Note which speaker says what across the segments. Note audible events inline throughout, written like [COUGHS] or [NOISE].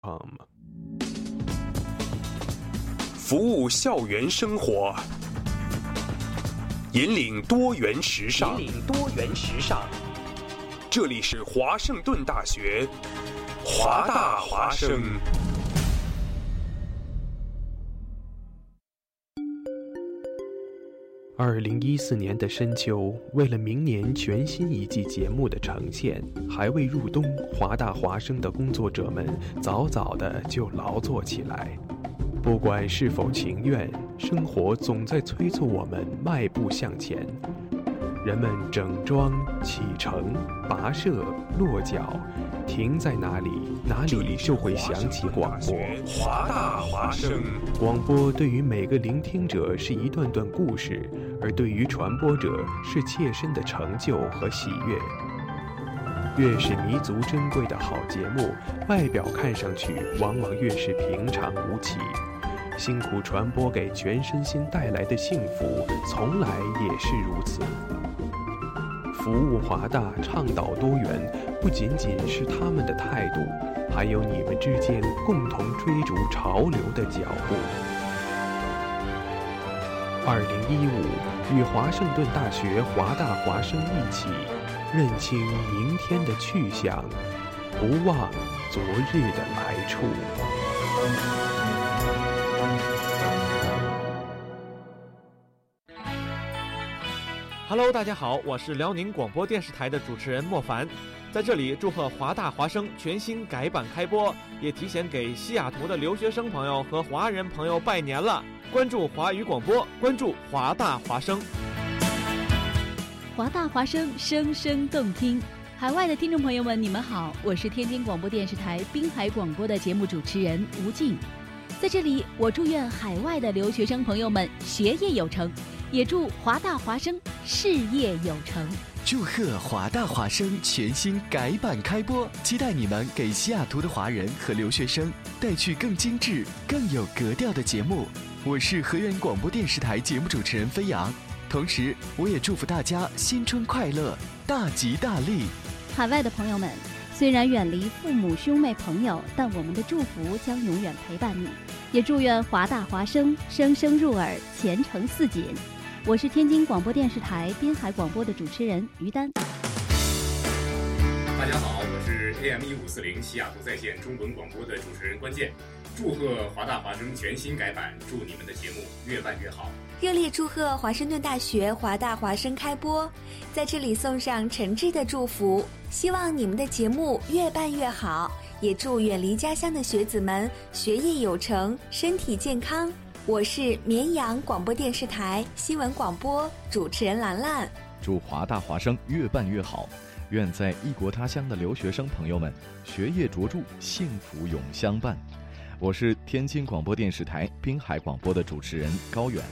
Speaker 1: com。服务校园生活，引领多元时尚。
Speaker 2: 引领多元时尚。
Speaker 1: 这里是华盛顿大学，华大华生。
Speaker 2: 二零一四年的深秋，为了明年全新一季节目的呈现，还未入冬，华大华生的工作者们早早的就劳作起来。不管是否情愿，生活总在催促我们迈步向前。人们整装启程、跋涉、落脚，停在哪里，哪里就会响起广播。
Speaker 1: 华大华生。
Speaker 2: 广播对于每个聆听者是一段段故事，而对于传播者是切身的成就和喜悦。越是弥足珍贵的好节目，外表看上去往往越是平常无奇。辛苦传播给全身心带来的幸福，从来也是如此。服务华大，倡导多元，不仅仅是他们的态度，还有你们之间共同追逐潮流的脚步。二零一五，与华盛顿大学华大华生一起，认清明天的去向，不忘昨日的来处。
Speaker 3: Hello，大家好，我是辽宁广播电视台的主持人莫凡，在这里祝贺华大华生全新改版开播，也提前给西雅图的留学生朋友和华人朋友拜年了。关注华语广播，关注华大华生。
Speaker 4: 华大华声，声声动听。海外的听众朋友们，你们好，我是天津广播电视台滨海广播的节目主持人吴静，在这里，我祝愿海外的留学生朋友们学业有成，也祝华大华声事业有成。
Speaker 5: 祝贺华大华生全新改版开播，期待你们给西雅图的华人和留学生带去更精致、更有格调的节目。我是河源广播电视台节目主持人飞扬，同时我也祝福大家新春快乐，大吉大利。
Speaker 6: 海外的朋友们，虽然远离父母、兄妹、朋友，但我们的祝福将永远陪伴你。也祝愿华大华生声声入耳，前程似锦。我是天津广播电视台滨海广播的主持人于丹。
Speaker 7: 大家好，我是 AM 一五四零西雅图在线中文广播的主持人关键，祝贺华大华生全新改版，祝你们的节目越办越好。
Speaker 8: 热烈祝贺华盛顿大学华大华生开播，在这里送上诚挚的祝福，希望你们的节目越办越好，也祝远离家乡的学子们学业有成，身体健康。我是绵阳广播电视台新闻广播主持人兰兰，
Speaker 9: 祝华大华生越办越好，愿在异国他乡的留学生朋友们学业卓著，幸福永相伴。我是天津广播电视台滨海广播的主持人高远。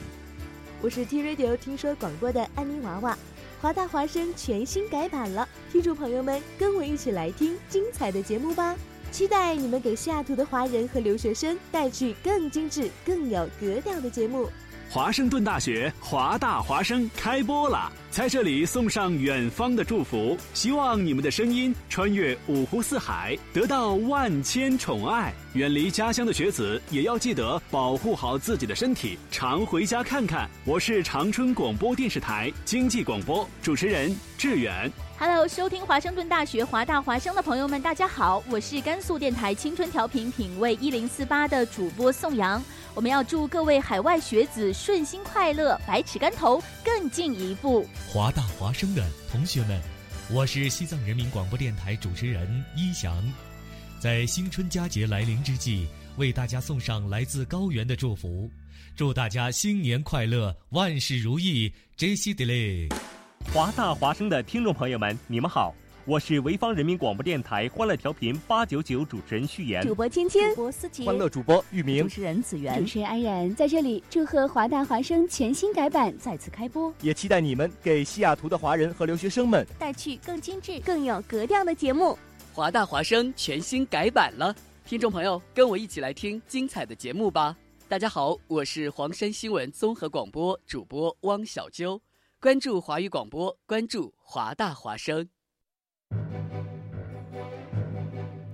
Speaker 10: 我是 T Radio 听说广播的安妮娃娃，华大华生全新改版了，听众朋友们跟我一起来听精彩的节目吧！期待你们给西雅图的华人和留学生带去更精致、更有格调的节目。
Speaker 11: 华盛顿大学华大华生开播了，在这里送上远方的祝福，希望你们的声音穿越五湖四海，得到万千宠爱。远离家乡的学子也要记得保护好自己的身体，常回家看看。我是长春广播电视台经济广播主持人志远。
Speaker 12: Hello，收听华盛顿大学华大华生的朋友们，大家好，我是甘肃电台青春调频品味一零四八的主播宋阳。我们要祝各位海外学子顺心快乐，百尺竿头更进一步。
Speaker 13: 华大华生的同学们，我是西藏人民广播电台主持人一翔，在新春佳节来临之际，为大家送上来自高原的祝福，祝大家新年快乐，万事如意，JC Delay。
Speaker 14: 华大华生的听众朋友们，你们好。我是潍坊人民广播电台欢乐调频八九九主持人旭言，
Speaker 15: 主播芊芊，
Speaker 16: 主播思琪，
Speaker 17: 欢乐主播玉明，
Speaker 18: 主持人子源，
Speaker 19: 主持人安然，在这里祝贺华大华生全新改版再次开播，
Speaker 17: 也期待你们给西雅图的华人和留学生们
Speaker 20: 带去更精致、
Speaker 7: 更有格调的节目。
Speaker 9: 华大华生全新改版了，听众朋友，跟我一起来听精彩的节目吧！大家好，我是黄山新闻综合广播主播汪小啾，关注华语广播，关注华大华生。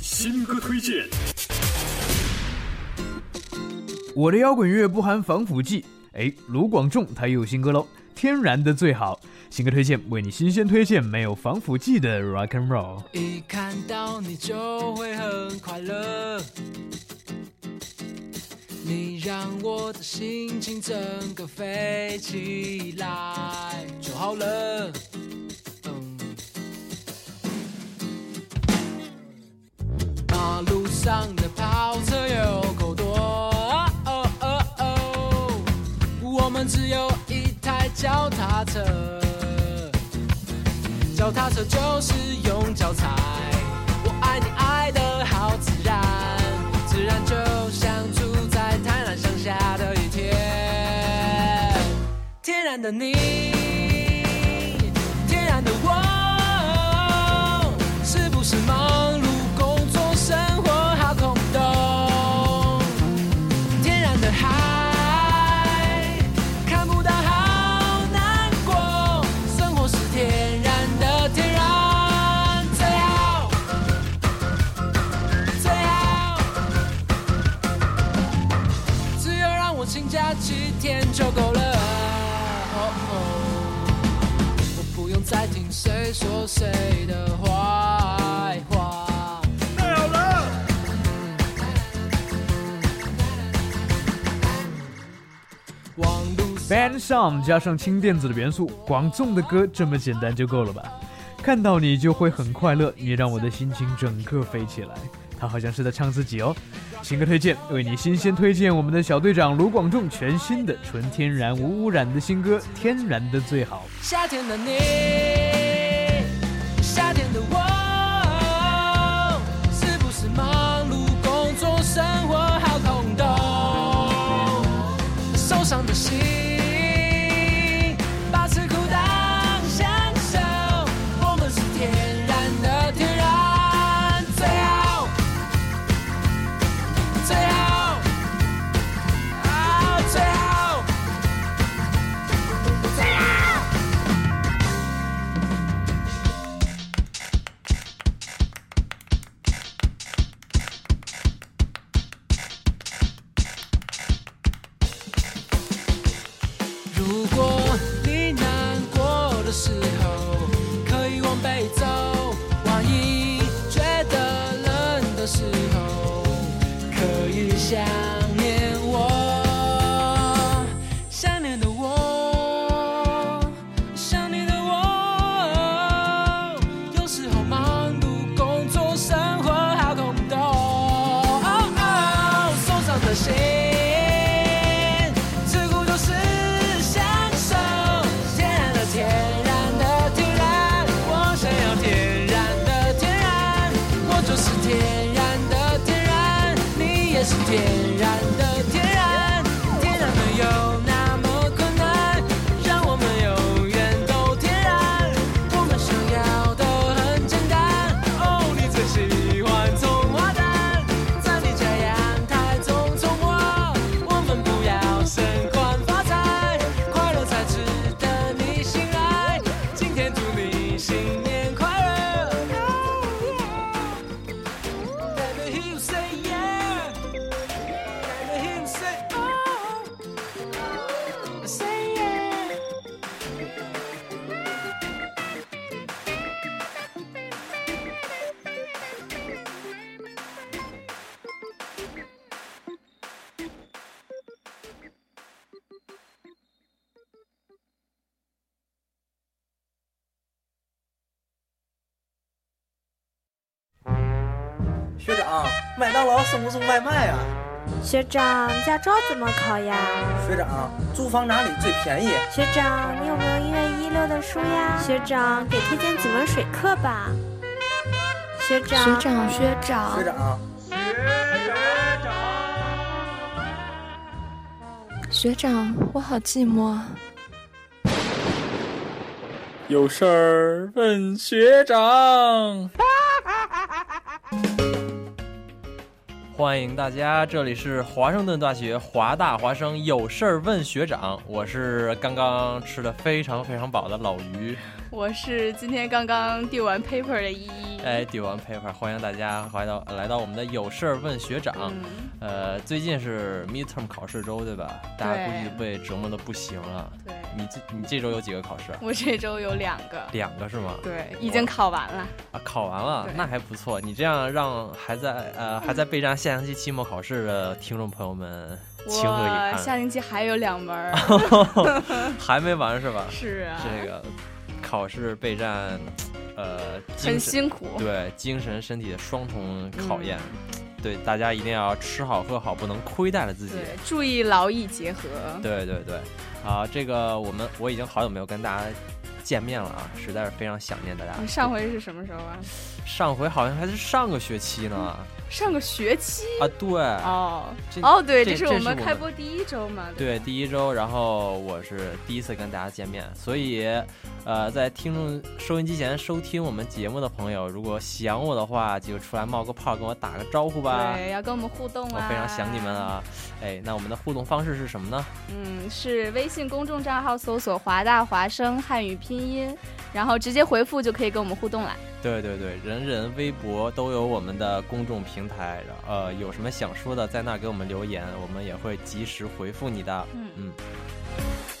Speaker 11: 新歌推荐。
Speaker 21: 我的摇滚乐不含防腐剂。哎，卢广仲他又有新歌喽，《天然的最好》。新歌推荐为你新鲜推荐没有防腐剂的 rock and roll。
Speaker 22: 一看到你就会很快乐，你让我的心情整个飞起来就好了。嗯马路上的跑车有够多，哦哦哦哦，我们只有一台脚踏车，脚踏车就是用脚踩。我爱你爱的好自然，自然就像住在台南乡下的一天，天然的你，天然的我，是不是忙碌？工作生活好空洞，天然的海看不到好难过，生活是天然的，天然最好，最好。只要让我请假七天就够了，哦哦我不用再听谁说谁的坏话。太好了。
Speaker 21: Band Sound 加上轻电子的元素，广众的歌这么简单就够了吧？看到你就会很快乐，你让我的心情整个飞起来。他好像是在唱自己哦。新歌推荐，为你新鲜推荐我们的小队长卢广仲全新的纯天然无污染的新歌《天然的最好》。
Speaker 22: 夏天的你，夏天的我，是不是忙碌工作生活好空洞？受伤的心，把吃苦当享受，我们是天然的，天然最好，最好，啊，最好，最好。如果你难过的时候，可以往北走；万一觉得冷的时候，可以想念我，想念的我，想念的我。有时候忙碌工作，生活好空洞。哦哦，受伤的心。自古都是享受，天然的天然的天然，我想要天然的天然，我就是天然的天然，你也是天然的天然，天然没有那么困难，让我们永远都天然，我们想要的很简单，哦，你最喜欢葱花蛋，在你家阳台种葱花。我们不要升官发财，快乐才值得你信赖。今天祝你新年快乐。Baby, you say yeah. Baby, you say
Speaker 23: 学长，麦当劳送不送外卖啊？
Speaker 24: 学长，驾照怎么考呀？
Speaker 23: 学长，租房哪里最便宜？
Speaker 24: 哎学长，你有没有音乐一六的书呀？学长，给推荐几门水课吧。学长，
Speaker 25: 学长，学长，
Speaker 23: 学长，
Speaker 25: 学长，我好寂寞。啊
Speaker 26: 有事儿问学长。欢迎大家，这里是华盛顿大学华大华生，有事儿问学长，我是刚刚吃的非常非常饱的老
Speaker 27: [LAUGHS]
Speaker 26: 于，
Speaker 27: 我是今天刚刚递完 paper 的依依。
Speaker 26: 哎，丢完 paper，欢迎大家来到来到我们的有事儿问学长。
Speaker 27: 嗯
Speaker 26: 呃，最近是 midterm 考试周，对吧？大家估计被折磨的不行了。
Speaker 27: 对，
Speaker 26: 你这你这周有几个考试啊？
Speaker 27: 我这周有两个，
Speaker 26: 两个是吗？
Speaker 27: 对，已经考完了。
Speaker 26: 啊，考完了，那还不错。你这样让还在呃还在备战下星期期末考试的听众朋友们情何以
Speaker 27: 我
Speaker 26: 堪？
Speaker 27: 下星期还有两门儿。
Speaker 26: [LAUGHS]
Speaker 27: [LAUGHS]
Speaker 26: 还没完是吧？
Speaker 27: 是啊
Speaker 26: 这个考试备战，呃，精神
Speaker 27: 很辛苦嗯
Speaker 26: 对，精神身体的双重考验。对，大家一定要吃好喝好，不能亏待了自己。
Speaker 27: 对，注意劳逸结合。
Speaker 26: 对对对，啊，这个我们我已经好久没有跟大家见面了啊，实在是非常想念大家。
Speaker 27: 你上回是什么时候啊？
Speaker 26: 上回好像还是上个学期呢，啊，
Speaker 27: 上个学期。
Speaker 26: 对，
Speaker 27: 哦
Speaker 26: 这
Speaker 27: 哦，对，
Speaker 26: 这
Speaker 27: 是
Speaker 26: 这
Speaker 27: 我
Speaker 26: 是
Speaker 27: 们
Speaker 26: 我
Speaker 27: 开
Speaker 26: 们
Speaker 27: 播第一周嘛。
Speaker 26: 对，第一周，然后我是第一次跟大家见面，所以，呃，在听众收音机前收听我们节目的朋友，如果想我的话，就出来冒个泡，跟我打个招呼吧。
Speaker 27: 对，要跟我们互动
Speaker 26: 我
Speaker 27: 啊。
Speaker 26: 非常想你们啊！哎，那我们的互动方式是什么呢？
Speaker 27: 嗯，是微信公众账号搜索“华大华生汉语拼音”，然后直接回复就可以跟我们互动了。
Speaker 26: 对对对，人人、微博都有我们的公众平台，然后呃，有什么想说的，在那儿给我们留言，我们也会及时回复你的。
Speaker 27: 嗯
Speaker 26: 嗯。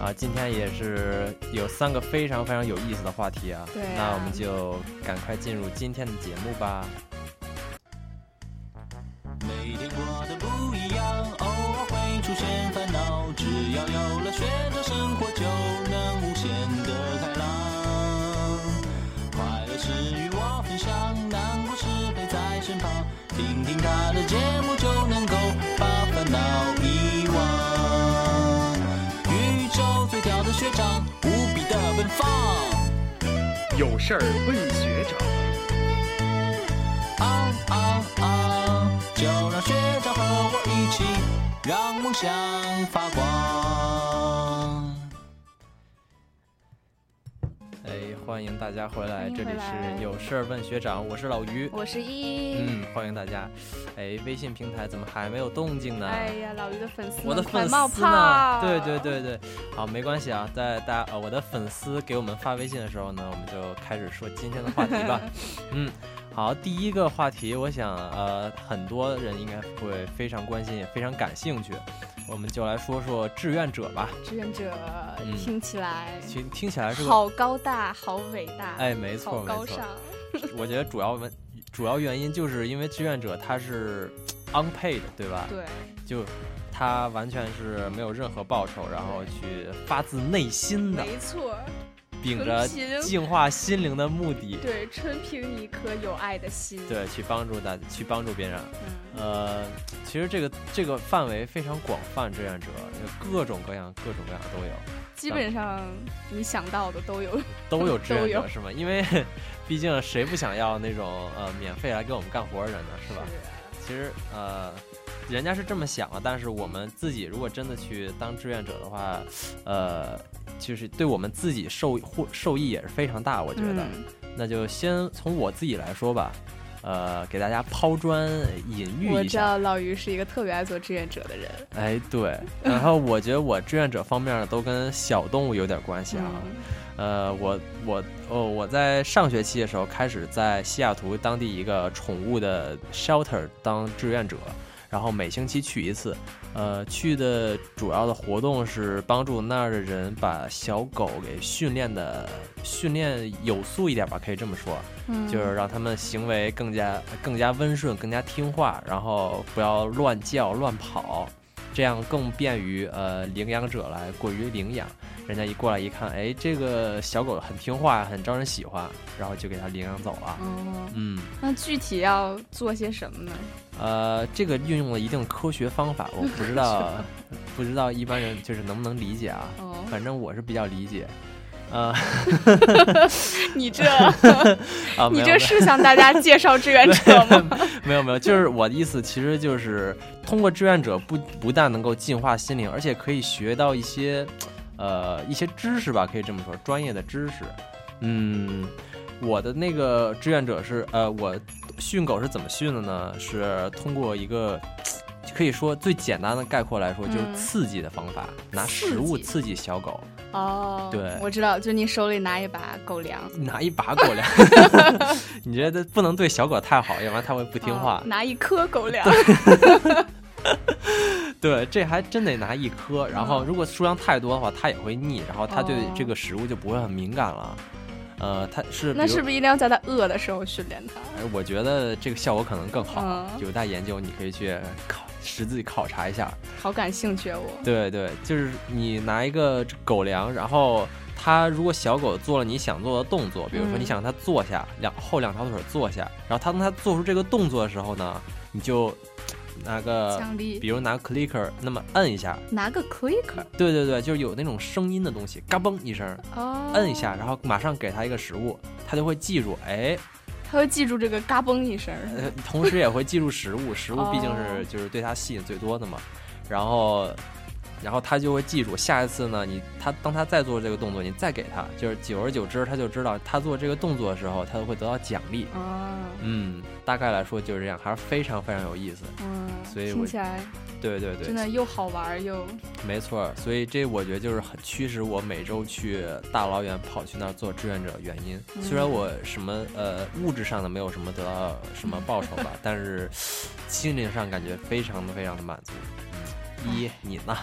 Speaker 26: 啊，今天也是有三个非常非常有意思的话题啊，
Speaker 27: 对啊
Speaker 26: 那我们就赶快进入今天的节目吧。
Speaker 22: 每天过得不一样，偶尔会出现烦恼，只要有了学长，生活就能无限的开朗。快乐是与我分享，难过时陪在身旁，听听他的节目就能够把烦恼遗忘。宇宙最屌的学长，无比的奔放，
Speaker 16: 有事儿问学长。
Speaker 22: 昂昂昂！就让学长和我一起，让梦想发光。
Speaker 26: 哎，欢迎大家回来，
Speaker 27: 欢迎
Speaker 26: 这里
Speaker 27: 回来
Speaker 26: 是有事儿问学长，我是老于，
Speaker 27: 我是依依。
Speaker 26: 嗯，欢迎大家。哎，微信平台怎么还没有动静呢？
Speaker 27: 哎呀，老于的粉丝们
Speaker 26: 我的
Speaker 27: 快
Speaker 26: 粉
Speaker 27: 冒
Speaker 26: 丝呢
Speaker 27: 泡？，
Speaker 26: 对嗯对对对，好，没关系啊，在大家呃我的粉丝给我们发微信的时候呢，我们就开始说今天的话题
Speaker 27: [LAUGHS]
Speaker 26: 吧。嗯，好，第一个话题，我想呃很多人应该会非常关心，也非常感兴趣，我们就来说说志愿者吧。
Speaker 27: 志愿者
Speaker 26: 嗯
Speaker 27: 听起来
Speaker 26: 其实听起来是个
Speaker 27: 好高大，好伟大。
Speaker 26: 哎没错
Speaker 27: 好高
Speaker 26: 没错啊
Speaker 27: 尚。
Speaker 26: 我觉得主要问主要原因就是因为志愿者他是 unpaid，对吧？
Speaker 27: 对，
Speaker 26: 就他完全是没有任何报酬，然后去发自内心的，
Speaker 27: 没错，
Speaker 26: 秉着
Speaker 27: 纯平
Speaker 26: 净化心灵的目的，
Speaker 27: 对，纯凭一颗有爱的心。
Speaker 26: 对，去帮助大，去帮助别人。
Speaker 27: 嗯
Speaker 26: 呃，其实这个这个范围非常广泛，志愿者有各种各样、各种各样都有。
Speaker 27: 基本上你想到的都有，
Speaker 26: [LAUGHS] 都有志
Speaker 27: [LAUGHS]
Speaker 26: 愿
Speaker 27: 都有
Speaker 26: 者是吗？因为 [LAUGHS] 毕竟谁不想要那种呃免费来给我们干活的人呢，是吧？
Speaker 27: 啊
Speaker 26: 其实呃，人家是这么想的，但是我们自己如果真的去当志愿者的话，呃，就是对我们自己受获受益也是非常大，我觉得。
Speaker 27: 嗯
Speaker 26: 那就先从我自己来说吧，呃，给大家抛砖引
Speaker 27: 我
Speaker 26: 玉一
Speaker 27: 知
Speaker 26: 下。
Speaker 27: 道老于是一个特别爱做志愿者的人。
Speaker 26: 哎，对，然后我觉得我志愿者方面呢，都跟小动物有点关系啊。呃，我我哦，我在上学期的时候开始在西雅图当地一个宠物的 shelter 当志愿者，然后每星期去一次。呃，去的主要的活动是帮助那儿的人把小狗给训练的训练有素一点吧，可以这么说，
Speaker 28: 嗯
Speaker 26: 就是让他们行为更加更加温顺，更加听话，然后不要乱叫乱跑，这样更便于呃领养者来过于领养，人家一过来一看，哎，这个小狗很听话，很招人喜欢，然后就给它领养走了。
Speaker 27: 哦，
Speaker 26: 嗯，
Speaker 27: 那具体要做些什么呢？
Speaker 26: 呃，这个运用了一定科学方法，
Speaker 27: [LAUGHS]
Speaker 26: 我不知道，不知道一般人就是能不能理解啊。
Speaker 27: 哦
Speaker 26: 反正我是比较理解。呃， [LAUGHS]
Speaker 27: 你这
Speaker 26: 啊，
Speaker 27: 你
Speaker 26: 没有
Speaker 27: 这是向大家介绍志
Speaker 26: [LAUGHS]
Speaker 27: 愿者吗？
Speaker 26: 没有没有，就是我的意思，其实就是通过志愿者不不但能够净化心灵，而且可以学到一些，呃，一些知识吧，可以这么说，专业的知识。嗯，我的那个志愿者是，呃，我训狗是怎么训的呢？是通过一个。可以说最简单的概括来说，就是
Speaker 27: 嗯
Speaker 26: 刺激的方法，拿
Speaker 27: 刺
Speaker 26: 食物
Speaker 27: 激
Speaker 26: 刺激小狗， [LAUGHS]
Speaker 27: 哦，
Speaker 26: 对
Speaker 27: 我知道，就你手里拿一把狗粮，
Speaker 26: 拿一
Speaker 27: [LAUGHS]
Speaker 26: 把狗粮， [LAUGHS] 你觉得不能对小狗太好，要不然它会不听
Speaker 27: [LAUGHS]
Speaker 26: 话。
Speaker 27: 哦拿一颗狗
Speaker 26: [LAUGHS]
Speaker 27: 粮，
Speaker 26: 对，这还真得拿一颗，然
Speaker 27: 嗯
Speaker 26: 后如果数量太多的话，它也会腻，然后它对
Speaker 27: 哦
Speaker 26: 这个食物就不会很敏感了。呃，它是
Speaker 27: 那是不
Speaker 26: 不
Speaker 27: 是一定要在它饿的时候训练它？
Speaker 26: 我觉得这个效果可能更好。
Speaker 27: 嗯
Speaker 26: 有待研究，你可以去考实际考察一下。
Speaker 27: 好感兴趣哦我。
Speaker 26: 对对，就是你拿一个狗粮，然后它如果小狗做了你想做的动作，比如说
Speaker 27: 嗯
Speaker 26: 你想让它坐下，两后两条腿坐下，然后它当它做出这个动作的时候呢，你就拿个
Speaker 27: 奖励，
Speaker 26: 比如拿 clicker 那么摁一下，
Speaker 27: 拿个 clicker
Speaker 26: 对对对，就是有那种声音的东西，嘎嘣一声，
Speaker 27: 哦，
Speaker 26: 摁一，下，然后马上给它一个食物，它就会记住，哎，
Speaker 27: 它会记住这个嘎嘣一声。
Speaker 26: 呃，同时也会记住食物，食物毕竟是
Speaker 27: 哦
Speaker 26: 就是对它吸引最多的嘛，然后，然后它就会记住。下一次呢，你它当它再做这个动作，你再给它，就是久而久之，它就知道它做这个动作的时候，它会得到奖励。
Speaker 27: 哦，
Speaker 26: 嗯，大概来说就是这样，还是非常非常有意思。
Speaker 27: 嗯，
Speaker 26: 所以我
Speaker 27: 听起来
Speaker 26: 对对对，
Speaker 27: 真的又好玩儿又
Speaker 26: 没错儿，所以这我觉得就是很驱使我每周去大老远跑去那儿做志愿者的原因。
Speaker 27: 嗯
Speaker 26: 虽然我什么呃物质上的没有什么得到什么报酬
Speaker 27: [LAUGHS]
Speaker 26: 吧，但是心灵上感觉非常的非常的满足。嗯一，你呢？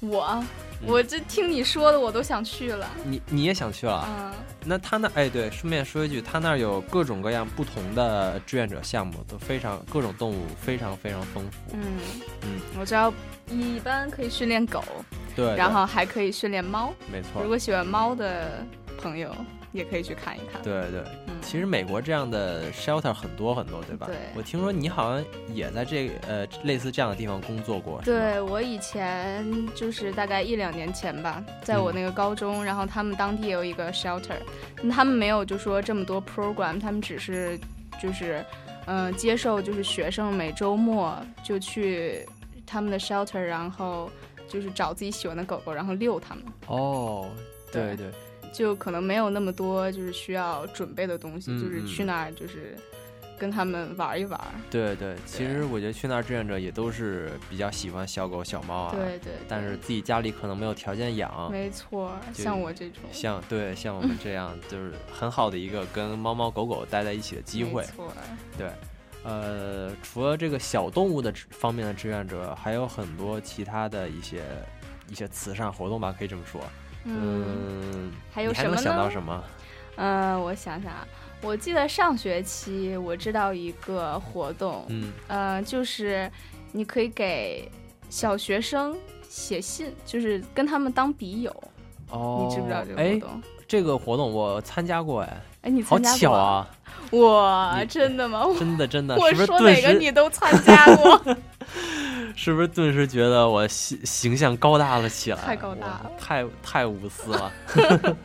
Speaker 26: 嗯
Speaker 27: 我。我这听你说的，我都想去了。
Speaker 26: 你你也想去了？啊
Speaker 27: 嗯，
Speaker 26: 那他那哎对，顺便说一句，他那儿有各种各样不同的志愿者项目，都非常各种动物非常非常丰富。
Speaker 27: 嗯，
Speaker 26: 嗯，
Speaker 27: 我知道，一般可以训练狗，
Speaker 26: 对对
Speaker 27: 然后还可以训练猫。
Speaker 26: 没错
Speaker 27: 如果喜欢猫的朋友，也可以去看一看。
Speaker 26: 对对，其实美国这样的 shelter 很多很多，对吧？
Speaker 27: 对
Speaker 26: 我听说你好像也在这个呃类似这样的地方工作过，是吗
Speaker 27: 对我以前就是大概一两年前吧，在
Speaker 26: 嗯
Speaker 27: 我那个高中，然后他们当地也有一个 shelter，他们没有就说这么多 program，他们只是就是嗯、呃接受就是学生每周末就去他们的 shelter，然后就是找自己喜欢的狗狗，然后遛它们，
Speaker 26: 哦，对对，
Speaker 27: 就可能没有那么多就是需要准备的东西，
Speaker 26: 嗯
Speaker 27: 就是
Speaker 26: 嗯
Speaker 27: 去那儿就是跟他们玩一玩。
Speaker 26: 对对，其实我觉得去那儿志愿者也都是比较喜欢小狗小猫啊，
Speaker 27: 对对对
Speaker 26: 但是自己家里可能没有条件养，
Speaker 27: 没错，
Speaker 26: 就
Speaker 27: 像我这种。
Speaker 26: 像对像我们这样，就是很好的一个跟猫猫狗狗待在一起的机
Speaker 27: 没
Speaker 26: 会，
Speaker 27: 错
Speaker 26: 对。呃，除了这个小动物的志方面的志愿者，还有很多其他的一些一些慈善活动吧，可以这么说。
Speaker 27: 嗯
Speaker 26: 嗯，
Speaker 27: 还有
Speaker 26: 你还
Speaker 27: 什
Speaker 26: 能
Speaker 27: 么
Speaker 26: 想到
Speaker 27: 呢
Speaker 26: 什么？
Speaker 27: 嗯，我想想啊，我记得上学期我知道一个活动，
Speaker 26: 嗯，
Speaker 27: 呃，就是你可以给小学生写信，就是跟他们当笔友。
Speaker 26: 哦，
Speaker 27: 你知不知道这个
Speaker 26: 哎
Speaker 27: 活动？
Speaker 26: 这个活动我参加过哎，
Speaker 27: 哎，你
Speaker 26: 好
Speaker 27: 参加过？
Speaker 26: 巧！啊！ [LAUGHS]
Speaker 27: 哇，
Speaker 26: 你
Speaker 27: 真的吗？
Speaker 26: 真的真的，
Speaker 27: 我
Speaker 26: 是不是
Speaker 27: 说
Speaker 26: 顿
Speaker 27: 哪个你
Speaker 1: 时
Speaker 27: 都参加
Speaker 26: [LAUGHS]
Speaker 27: 过，
Speaker 26: 是不是顿时觉得我形形象高大了起来？
Speaker 27: 太高大了！
Speaker 26: 太太无私了，
Speaker 27: [LAUGHS]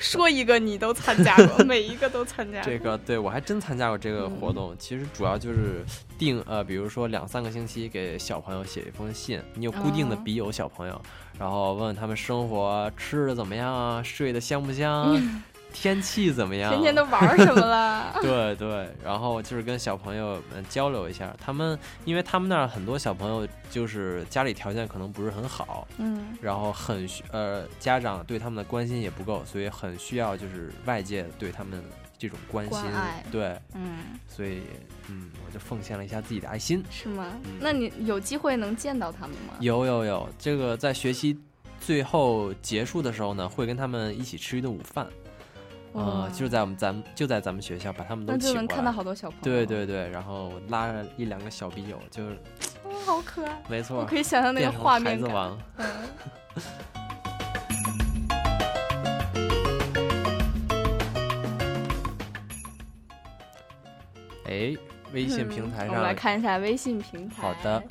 Speaker 27: 说一个你都参加过，每一个都参加过。
Speaker 26: [LAUGHS] 这个对我还真参加过这个
Speaker 27: 嗯
Speaker 26: 活动。其实主要就是定呃，比如说两三个星期给小朋友写一封信，你有固定的
Speaker 27: 哦
Speaker 26: 笔友小朋友，然后问问他们生活吃的怎么样啊，睡得香不香啊，天气怎么
Speaker 27: 嗯
Speaker 26: 样，啊
Speaker 27: 天天都玩儿什么了
Speaker 26: [LAUGHS] 对对，然后就是跟小朋友们交流一下，他们因为他们那儿很多小朋友就是家里条件可能不是很好，
Speaker 27: 嗯
Speaker 26: 然后很需呃家长对他们的关心也不够，所以很需要就是外界对他们这种关心，
Speaker 27: 关爱
Speaker 26: 对，
Speaker 27: 嗯，
Speaker 26: 所以嗯，我就奉献了一下自己的爱心。
Speaker 27: 是吗
Speaker 26: 嗯？
Speaker 27: 那你有机会能见到他们吗？
Speaker 26: 有有有，这个在学期最后结束的时候呢，会跟他们一起吃一顿午饭。
Speaker 27: 哇
Speaker 26: 呃，就是在我们咱们就在咱们学校，把他们都
Speaker 27: 那就
Speaker 26: 请过来。
Speaker 27: 能看到好多小朋友
Speaker 26: 对对对，然后拉着一两个小笔友，就是
Speaker 27: 哦好可爱。
Speaker 26: 没错，
Speaker 27: 我可以想象那个
Speaker 26: 变成
Speaker 27: 画面
Speaker 26: 孩子
Speaker 27: 感
Speaker 26: 王。
Speaker 27: 嗯
Speaker 26: 哎，微信平
Speaker 27: 嗯
Speaker 26: 台上，
Speaker 27: 我们来看一下微信平台。
Speaker 26: 好的，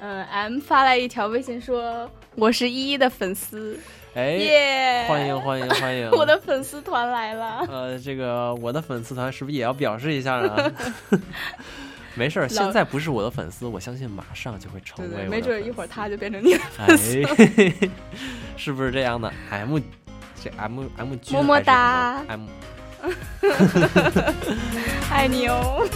Speaker 27: 嗯，M 发来一条微信说：“我是依依的粉丝，耶
Speaker 26: 哎，欢迎欢迎欢
Speaker 27: [LAUGHS]
Speaker 26: 迎！
Speaker 27: 我的粉丝团来 [LAUGHS] 了。
Speaker 26: 呃，这个我的粉丝团是不是也要表示一下
Speaker 27: [LAUGHS]
Speaker 26: 啊？没事儿，
Speaker 27: 老
Speaker 26: 现在不是我的粉丝，我相信马上就会”成
Speaker 27: 对
Speaker 26: 为我
Speaker 27: 对，
Speaker 26: 的
Speaker 27: 没准一会儿他就变成你的粉丝了。
Speaker 26: 哎， [LAUGHS] 是不是这样的？M，这 M M 君
Speaker 27: 么么
Speaker 26: 还是
Speaker 27: 哒
Speaker 26: M M
Speaker 27: [LAUGHS] 爱你哦。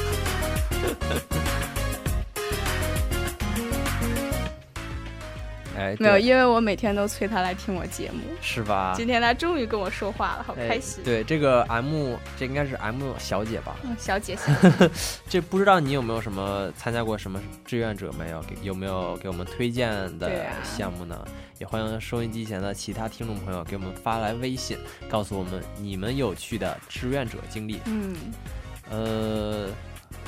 Speaker 26: 哎，
Speaker 27: [LAUGHS] 没有，
Speaker 26: 对
Speaker 27: 因为我每天都催他来听我节目，
Speaker 26: 是吧？
Speaker 27: 今天他终于跟我说话了，好
Speaker 26: 啊哎
Speaker 27: 开心。
Speaker 26: 对，这个 M，这应该是 M 小姐吧？
Speaker 27: 嗯，小姐小姐，
Speaker 26: [LAUGHS] 这不知道你有没有什么参加过什么志愿者没有？给有没有给我们推荐
Speaker 27: 对
Speaker 26: 的
Speaker 27: 啊
Speaker 26: 项目呢？也欢迎收音机前的其他听众朋友给我们发来微信，告诉我们你们有趣的志愿者经历。
Speaker 27: 嗯，
Speaker 26: 呃，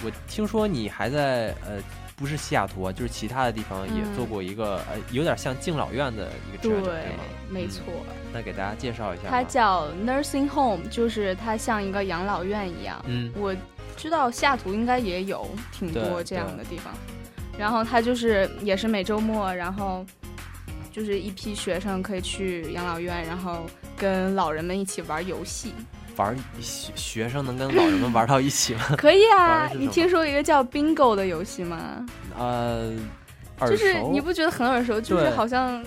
Speaker 26: 我听说你还在呃，不是西雅图啊，就是其他的地方也
Speaker 27: 嗯
Speaker 26: 做过一个、呃，有点像敬老院的一个志
Speaker 27: 对
Speaker 26: 愿者，对吗？，
Speaker 27: 没错。
Speaker 26: 那给大家介绍一下吧。
Speaker 27: 它叫 nursing home，就是它像一个养老院一样。
Speaker 26: 嗯
Speaker 27: 我知道西雅图应该也有挺多
Speaker 26: 对
Speaker 27: 这样的地
Speaker 26: 对
Speaker 27: 方。然后它就是也是每周末，然后就是一批学生可以去养老院，然后跟老人们一起玩游
Speaker 26: [LAUGHS]
Speaker 27: 戏。
Speaker 26: 玩儿学学生能跟老人们玩到一起吗？
Speaker 27: [LAUGHS] 可以
Speaker 26: 玩
Speaker 27: 啊
Speaker 26: 的，是
Speaker 27: 你
Speaker 26: 什么
Speaker 27: 听说一个叫 bingo 的游戏吗？
Speaker 26: 呃，耳
Speaker 27: 就
Speaker 26: 熟
Speaker 27: 是你不觉得很耳熟？就是
Speaker 26: 对
Speaker 27: 好像